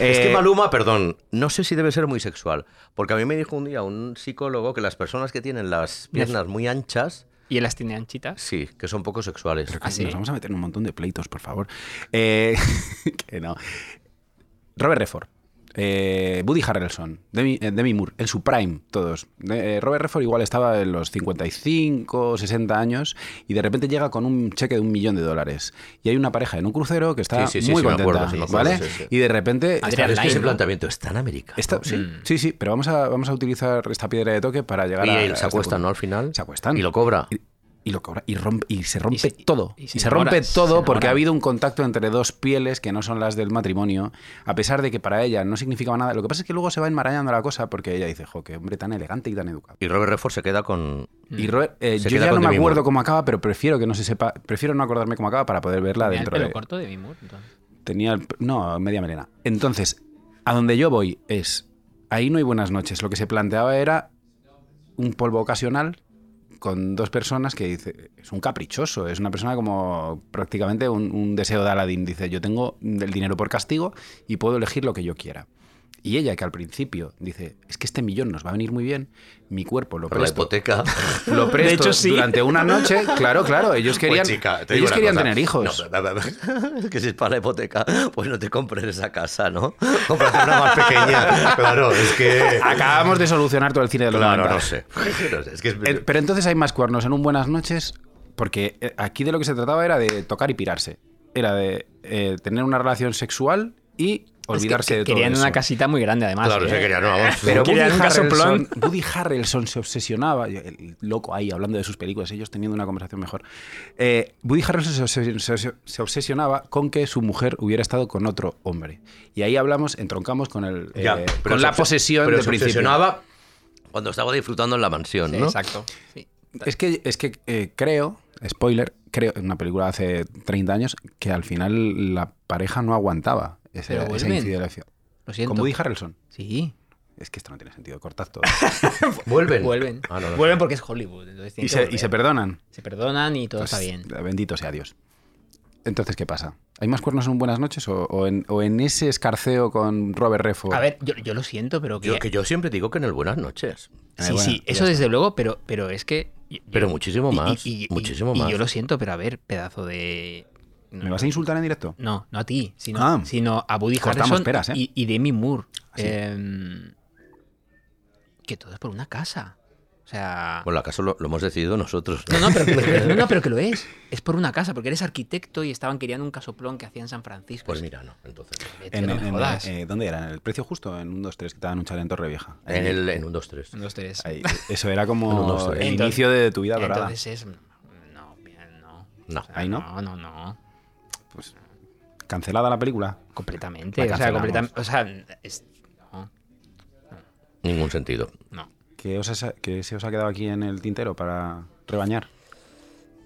Speaker 3: Es que
Speaker 1: Eh,
Speaker 3: Maluma, perdón, no sé si debe ser muy sexual. Porque a mí me dijo un día un psicólogo que las personas que tienen las piernas muy anchas,
Speaker 2: ¿Y él las tiene anchitas?
Speaker 3: sí, que son poco sexuales.
Speaker 1: Pero que
Speaker 2: ¿Ah, sí?
Speaker 1: Nos vamos a meter en un montón de pleitos, por favor. Eh, que no. Robert Redford. eh, Woody Harrelson, Demi, eh, Demi Moore, en su prime, todos. De- eh, Robert Redford igual estaba en los 55, 60 años y de repente llega con un cheque de un millón de dólares. Y hay una pareja en un crucero que está
Speaker 3: Sí, sí, sí,
Speaker 1: muy
Speaker 3: sí, me
Speaker 1: contenta,
Speaker 3: acuerdo, sí, me acuerdo,
Speaker 1: ¿vale?
Speaker 3: sí, sí.
Speaker 1: Y de repente...
Speaker 2: Adrián
Speaker 3: Claro, es que ese
Speaker 2: Lyne, ¿no?
Speaker 3: planteamiento es tan americano.
Speaker 1: Esta- sí, sí, sí, pero vamos a, vamos a utilizar esta piedra de toque para llegar
Speaker 3: Mm. y
Speaker 1: a...
Speaker 3: él
Speaker 1: a
Speaker 3: se
Speaker 1: este
Speaker 3: acuesta,
Speaker 1: punto.
Speaker 3: ¿no? Al final.
Speaker 1: Se acuestan.
Speaker 3: Y lo cobra.
Speaker 1: Y, y lo cobra. Y, rompe, y se rompe
Speaker 2: Y se-
Speaker 1: todo.
Speaker 2: y
Speaker 1: Y
Speaker 2: se
Speaker 1: se,
Speaker 2: enamora,
Speaker 1: rompe
Speaker 2: se
Speaker 1: todo
Speaker 2: enamora.
Speaker 1: porque ha habido un contacto entre dos pieles que no son las del matrimonio, a pesar de que para ella no significaba nada. Lo que pasa es que luego se va enmarañando la cosa porque ella dice, jo, qué hombre tan elegante y tan educado.
Speaker 3: Y Robert Redford se queda con...
Speaker 2: Mm.
Speaker 1: Y Robert, eh,
Speaker 3: Mm. Se
Speaker 1: yo
Speaker 3: queda
Speaker 1: ya
Speaker 3: con
Speaker 1: no me
Speaker 3: Demi
Speaker 1: acuerdo
Speaker 3: Moore.
Speaker 1: cómo acaba, pero prefiero que no se sepa, prefiero no acordarme cómo acaba para poder verla
Speaker 2: Tenía el
Speaker 1: dentro
Speaker 2: pelo
Speaker 1: de...
Speaker 2: corto de mi Moore, entonces.
Speaker 1: Tenía el- no, media melena. Entonces, a donde yo voy es, ahí no hay buenas noches. Lo que se planteaba era un polvo ocasional con dos personas que dice, es un caprichoso, es una persona como prácticamente un, un deseo de Aladdin. Dice, yo tengo el dinero por castigo y puedo elegir lo que yo quiera. Y ella, que al principio dice, es que este millón nos va a venir muy bien, mi cuerpo lo
Speaker 3: Por la
Speaker 1: presto
Speaker 3: hipoteca.
Speaker 1: lo presto
Speaker 2: hecho, sí.
Speaker 1: durante una noche, claro, claro, ellos querían,
Speaker 3: Pues, chica, te digo
Speaker 1: ellos
Speaker 3: una
Speaker 1: querían
Speaker 3: cosa.
Speaker 1: tener hijos.
Speaker 3: No, pero- pero- es que si es para la hipoteca, pues no te compres esa casa, ¿no? Cómprate una más pequeña. Claro, es que...
Speaker 1: Acabamos de solucionar todo el cine de los
Speaker 3: Claro,
Speaker 1: 90.
Speaker 3: no sé. No sé, es que es-
Speaker 1: Eh, Pero entonces hay más cuernos en un Buenas noches, porque eh, aquí de lo que se trataba era de tocar y pirarse. Era de eh, tener una relación sexual y olvidarse
Speaker 2: Es que
Speaker 1: de todo
Speaker 2: Querían
Speaker 1: eso.
Speaker 2: una casita muy grande, además.
Speaker 3: Claro,
Speaker 2: ¿eh?
Speaker 3: se quería, no, vamos.
Speaker 1: Pero Woody
Speaker 2: Querían un
Speaker 1: Harrelson,
Speaker 2: casoplón.
Speaker 1: Woody Harrelson se obsesionaba, el- el loco ahí hablando de sus películas, ellos teniendo una conversación mejor. Eh, Woody Harrelson se, obses- se obses- se obsesionaba con que su mujer hubiera estado con otro hombre. Y ahí hablamos, entroncamos con, el, eh,
Speaker 3: Ya, pero
Speaker 1: con
Speaker 3: se
Speaker 1: la
Speaker 3: obses-
Speaker 1: posesión
Speaker 3: pero
Speaker 1: de
Speaker 3: se
Speaker 1: principio.
Speaker 3: obsesionaba cuando estaba disfrutando en la mansión,
Speaker 2: Sí,
Speaker 3: ¿no?
Speaker 2: Exacto. Sí.
Speaker 1: Es que, es que eh, creo, spoiler, creo, en una película de hace 30 años, que al final la pareja no aguantaba esa,
Speaker 2: Pero
Speaker 1: esa
Speaker 2: vuelven.
Speaker 1: infidelidad.
Speaker 2: Lo siento.
Speaker 1: Como Woody Harrelson.
Speaker 2: Sí.
Speaker 1: Es que esto no tiene sentido, cortad todo.
Speaker 3: Vuelven.
Speaker 2: Vuelven.
Speaker 3: Ah, no, no.
Speaker 2: Vuelven porque es Hollywood. entonces tienen
Speaker 1: y,
Speaker 2: que
Speaker 1: se,
Speaker 2: volver.
Speaker 1: y se perdonan.
Speaker 2: Se perdonan y todo
Speaker 1: Pues,
Speaker 2: está bien.
Speaker 1: Bendito sea Dios. Entonces, ¿qué pasa? ¿Hay más cuernos en un Buenas noches o, o en, o en ese escarceo con Robert Refo?
Speaker 2: A ver, yo, yo lo siento, pero que.
Speaker 3: Yo, que yo siempre digo que en el Buenas Noches.
Speaker 2: sí,
Speaker 1: Eh, bueno,
Speaker 2: sí,
Speaker 1: ya
Speaker 2: eso desde luego, pero, pero es que. yo-
Speaker 3: Pero muchísimo
Speaker 2: y-
Speaker 3: más.
Speaker 2: y- y-
Speaker 3: muchísimo
Speaker 2: y
Speaker 3: más.
Speaker 2: yo lo siento, pero a ver, pedazo de.
Speaker 1: ¿Me vas a insultar en directo?
Speaker 2: No, no a ti, sino,
Speaker 1: Ah.
Speaker 2: sino a Woody
Speaker 1: Cortamos
Speaker 2: Harrelson
Speaker 1: peras, ¿eh? Ah,
Speaker 2: y, y Demi Moore.
Speaker 1: Así.
Speaker 2: Eh, que todo es por una casa. O sea.
Speaker 3: Bueno, acaso lo, lo hemos decidido nosotros.
Speaker 2: No, no, pero, pero- no, no, pero que lo es. Es por una casa, porque eres arquitecto y estaban queriendo un casoplón que hacía en San Francisco.
Speaker 3: Pues mira, no. Entonces.
Speaker 2: Vete,
Speaker 1: En,
Speaker 2: no me
Speaker 1: en-
Speaker 2: jodas.
Speaker 1: eh, ¿Dónde era? ¿En el precio justo? En un 2-3 que te daban un chale en Torrevieja.
Speaker 3: En, el, en un 2-3.
Speaker 2: Un, dos, tres.
Speaker 1: Ahí, eso era
Speaker 3: En un
Speaker 1: como
Speaker 3: 2-3.
Speaker 1: el
Speaker 2: Entonces-
Speaker 1: inicio de tu vida dorada.
Speaker 2: Entonces es. No, mira, no.
Speaker 3: No.
Speaker 2: O sea,
Speaker 1: Ahí no.
Speaker 2: No, no, no.
Speaker 1: ¿Cancelada la película?
Speaker 2: Completamente.
Speaker 1: La
Speaker 2: O sea,
Speaker 1: cancelamos.
Speaker 2: completamente. O sea, es- no,
Speaker 3: Ningún sentido.
Speaker 2: no.
Speaker 1: ¿Qué, os ha- qué se os ha quedado aquí en el tintero para rebañar?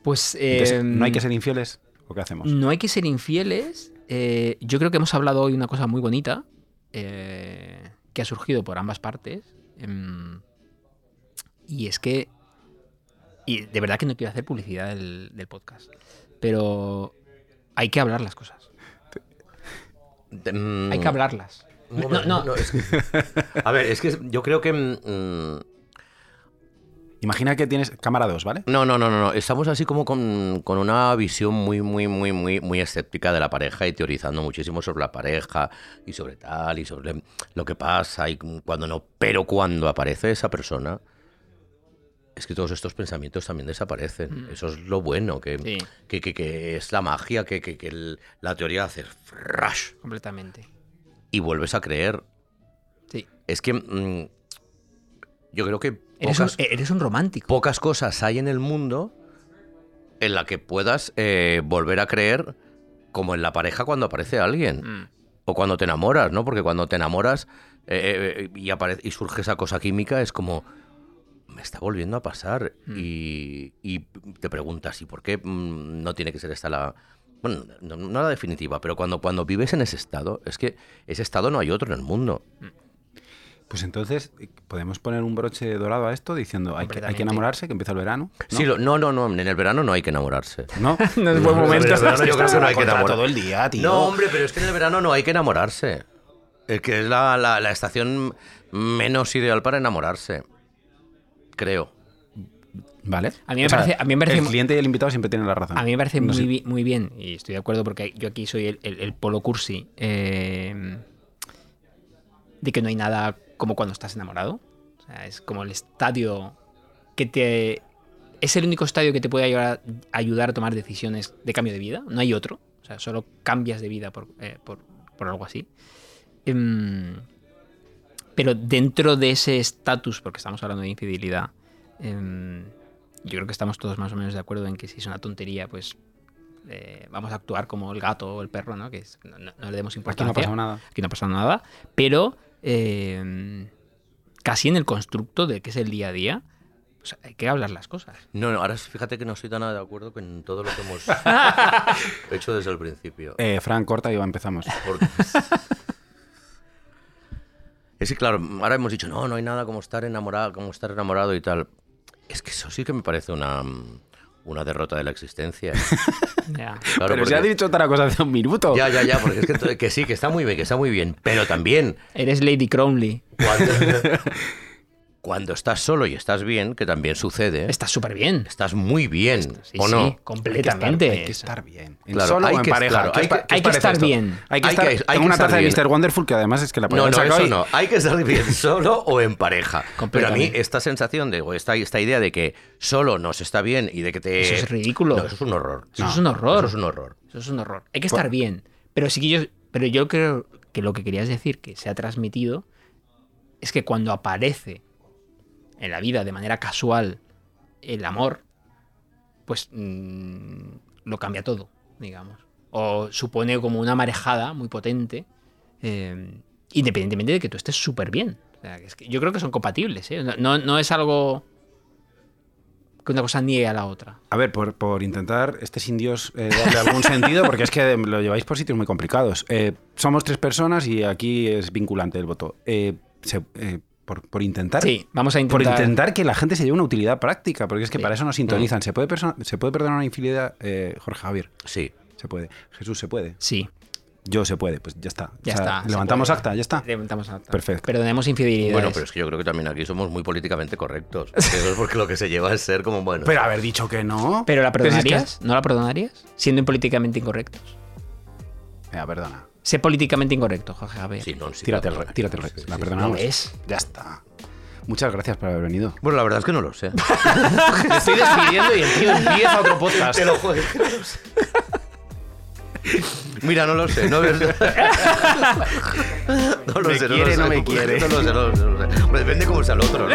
Speaker 2: Pues.
Speaker 1: Entonces, ¿No hay
Speaker 2: em,
Speaker 1: que ser infieles? ¿O qué hacemos?
Speaker 2: No hay que ser infieles. Eh, yo creo que hemos hablado hoy una cosa muy bonita eh, que ha surgido por ambas partes. Em, y es que. Y de verdad que no quiero hacer publicidad del, del podcast. Pero hay que hablar las cosas.
Speaker 3: mm,
Speaker 2: Hay que hablarlas. No, no.
Speaker 3: mm, A ver, es que yo creo que. mm,
Speaker 1: Imagina que tienes cámara 2, ¿vale?
Speaker 3: No, no, no, no, no. Estamos así como con, con una visión muy, muy, muy, muy, muy escéptica de la pareja y teorizando muchísimo sobre la pareja y sobre tal y sobre lo que pasa y cuando no. Pero cuando aparece esa persona, es que todos estos pensamientos también desaparecen. Eso es lo bueno, que,
Speaker 2: Mm. Sí.
Speaker 3: que, que- que es la magia, que, que- que el- la teoría hace flash
Speaker 2: Completamente.
Speaker 3: y vuelves a creer.
Speaker 2: Sí.
Speaker 3: Es que mm, yo creo que
Speaker 2: Eres un,
Speaker 3: pocas-
Speaker 2: eres un romántico.
Speaker 3: pocas cosas hay en el mundo en la que puedas eh, volver a creer como en la pareja cuando aparece alguien
Speaker 2: Mm.
Speaker 3: o cuando te enamoras, ¿no? Porque cuando te enamoras eh, eh, y, aparece, y surge esa cosa química es como me está volviendo a pasar
Speaker 2: Mm.
Speaker 3: y, y te preguntas y por qué Mm, no tiene que ser esta la bueno no, no la definitiva, pero cuando cuando vives en ese estado es que ese estado no hay otro en el mundo.
Speaker 1: Pues entonces, eh, podemos poner un broche dorado a esto diciendo hay que, hay que
Speaker 2: Completamente.
Speaker 1: enamorarse, que empieza el verano. ¿no?
Speaker 3: Sí, lo- no no no en el verano no hay que enamorarse.
Speaker 1: No,
Speaker 2: No es buen momento.
Speaker 3: Yo creo que no hay que enamorar.
Speaker 1: todo el día, tío.
Speaker 3: No, hombre, pero es que en el verano no hay que enamorarse. Es que es la, la- la estación menos ideal para enamorarse. Creo.
Speaker 1: Vale.
Speaker 2: A mí me parece- a mí me parece
Speaker 1: El
Speaker 2: mu-
Speaker 1: cliente y el invitado siempre tienen la razón.
Speaker 2: A mí me parece
Speaker 1: No
Speaker 2: muy,
Speaker 1: sé.
Speaker 2: bi- muy bien, y estoy de acuerdo porque yo aquí soy el, el- el polo cursi, eh, de que no hay nada como cuando estás enamorado. O sea, es como el estadio que te... Es el único estadio que te puede ayudar, ayudar a tomar decisiones de cambio de vida, no hay otro. O sea, solo cambias de vida por, eh, por- por algo así. Em, pero dentro de ese estatus, porque estamos hablando de infidelidad, em, yo creo que estamos todos más o menos de acuerdo en que si es una tontería, pues eh, vamos a actuar como el gato o el perro, ¿no? Que es- no, no- no le demos
Speaker 1: Aquí
Speaker 2: importancia
Speaker 1: no ha pasado nada.
Speaker 2: aquí no ha pasado nada, pero eh, casi en el constructo de que es el día a día, pues hay que hablar las cosas.
Speaker 3: No, no, ahora fíjate que no estoy tan de acuerdo con todo lo que hemos hecho desde el principio.
Speaker 1: Eh, Fran, corta y va, empezamos.
Speaker 3: Porque- Es que claro, ahora hemos dicho, no, no hay nada como estar enamorado, como estar enamorado y tal. Es que eso sí que me parece una, una derrota de la existencia.
Speaker 2: Ya.
Speaker 3: Claro,
Speaker 1: pero ya
Speaker 3: porque-
Speaker 1: he dicho otra cosa hace un minuto.
Speaker 3: ya, ya, ya, porque es que, to- que sí, que está muy bien, que está muy bien. Pero también
Speaker 2: Eres Lady Cromley.
Speaker 3: Cuando, cuando estás solo y estás bien, que también sucede,
Speaker 2: Estás súper bien.
Speaker 3: estás muy bien,
Speaker 2: Sí,
Speaker 3: ¿o
Speaker 2: sí,
Speaker 1: ¿Eh?
Speaker 3: no?
Speaker 1: Hay que estar-
Speaker 2: completamente.
Speaker 1: Hay que estar bien. En
Speaker 3: Claro,
Speaker 1: solo
Speaker 3: hay
Speaker 1: o en
Speaker 3: que-
Speaker 1: pareja.
Speaker 3: claro,
Speaker 1: ¿Qué os
Speaker 3: hay
Speaker 1: pa-
Speaker 3: que-
Speaker 1: qué os
Speaker 2: hay que
Speaker 1: parece
Speaker 2: estar
Speaker 1: esto?
Speaker 2: bien.
Speaker 1: Hay que
Speaker 3: Hay
Speaker 1: estar
Speaker 3: que- hay
Speaker 1: Tengo
Speaker 3: que
Speaker 1: una
Speaker 3: estar
Speaker 1: taza
Speaker 3: bien.
Speaker 1: de Mr. Wonderful que además es que la
Speaker 3: No,
Speaker 1: podemos
Speaker 3: no,
Speaker 1: sacar
Speaker 3: eso
Speaker 1: hoy.
Speaker 3: no. Hay que estar bien solo o en pareja. Pero a mí
Speaker 2: Completamente.
Speaker 3: esta sensación de, o esta, esta idea de que solo no se está bien y de que
Speaker 1: Eh,
Speaker 3: te...
Speaker 2: Eso es ridículo.
Speaker 3: No, eso es un horror.
Speaker 2: Eso es un horror.
Speaker 3: Eso es un horror.
Speaker 2: Eso es un horror. Hay que
Speaker 1: Pues
Speaker 2: estar bien. Pero sí que yo, pero yo creo que lo que querías decir que se ha transmitido es que cuando aparece en la vida de manera casual el amor, pues mm, lo cambia todo, digamos. O supone como una marejada muy potente, eh, independientemente de que tú estés súper bien. O sea, que es que yo creo que son compatibles. ¿eh? No- No, no es algo que una cosa niegue a la otra.
Speaker 1: A ver, por, por intentar este sin Dios eh, darle algún sentido, porque es que lo lleváis por sitios muy complicados. Eh, somos tres personas y aquí es vinculante el voto. Eh, se- eh, por, por intentar.
Speaker 2: Sí, vamos a
Speaker 1: Por
Speaker 2: intentar.
Speaker 1: intentar que la gente se lleve una utilidad práctica, porque es
Speaker 2: Sí.
Speaker 1: que
Speaker 2: Mm.
Speaker 1: para eso nos sintonizan. ¿Se puede, perso- ¿se puede perdonar una infidelidad, eh, Jorge Javier?
Speaker 3: Sí.
Speaker 1: Se puede. Jesús, se puede.
Speaker 2: Sí.
Speaker 1: Yo, se puede. Pues ya está.
Speaker 2: Ya
Speaker 1: O sea,
Speaker 2: está, se
Speaker 1: Levantamos
Speaker 2: puede.
Speaker 1: acta, ya está.
Speaker 2: Levantamos nota.
Speaker 1: Perfecto.
Speaker 2: Perdonemos infidelidades.
Speaker 3: Bueno, pero es que yo creo que también aquí somos muy políticamente correctos. Eso es porque lo que se lleva es ser como, bueno...
Speaker 1: Pero haber dicho que no.
Speaker 2: ¿Pero la
Speaker 1: si es que-
Speaker 2: perdonarías? ¿No la perdonarías? Siendo políticamente incorrectos.
Speaker 1: Venga, Eh, perdona.
Speaker 2: Sé políticamente incorrecto, Jorge Javier.
Speaker 3: Sí, no, sí,
Speaker 1: Tírate el
Speaker 3: claro.
Speaker 1: re- tírate el re-
Speaker 3: Sí,
Speaker 1: La
Speaker 3: sí,
Speaker 1: perdonamos.
Speaker 2: ¿Lo ves?
Speaker 1: Ya está. Muchas gracias por haber venido.
Speaker 3: Bueno, la verdad es que no lo sé.
Speaker 1: Me estoy despidiendo y el tío empieza otro podcast.
Speaker 3: Te lo juro. Mira, no lo sé. No, no, No lo
Speaker 1: Me
Speaker 3: sé, no
Speaker 1: quiere,
Speaker 3: lo sé.
Speaker 1: no me quiere.
Speaker 3: No lo sé, no lo sé. no lo sé. Hombre, Depende cómo sea el otro. ¿no?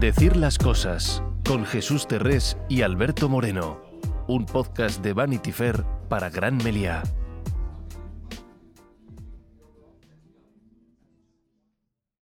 Speaker 5: Decir las cosas con Jesús Terrés y Alberto Moreno. Un podcast de Vanity Fair para Gran Meliá.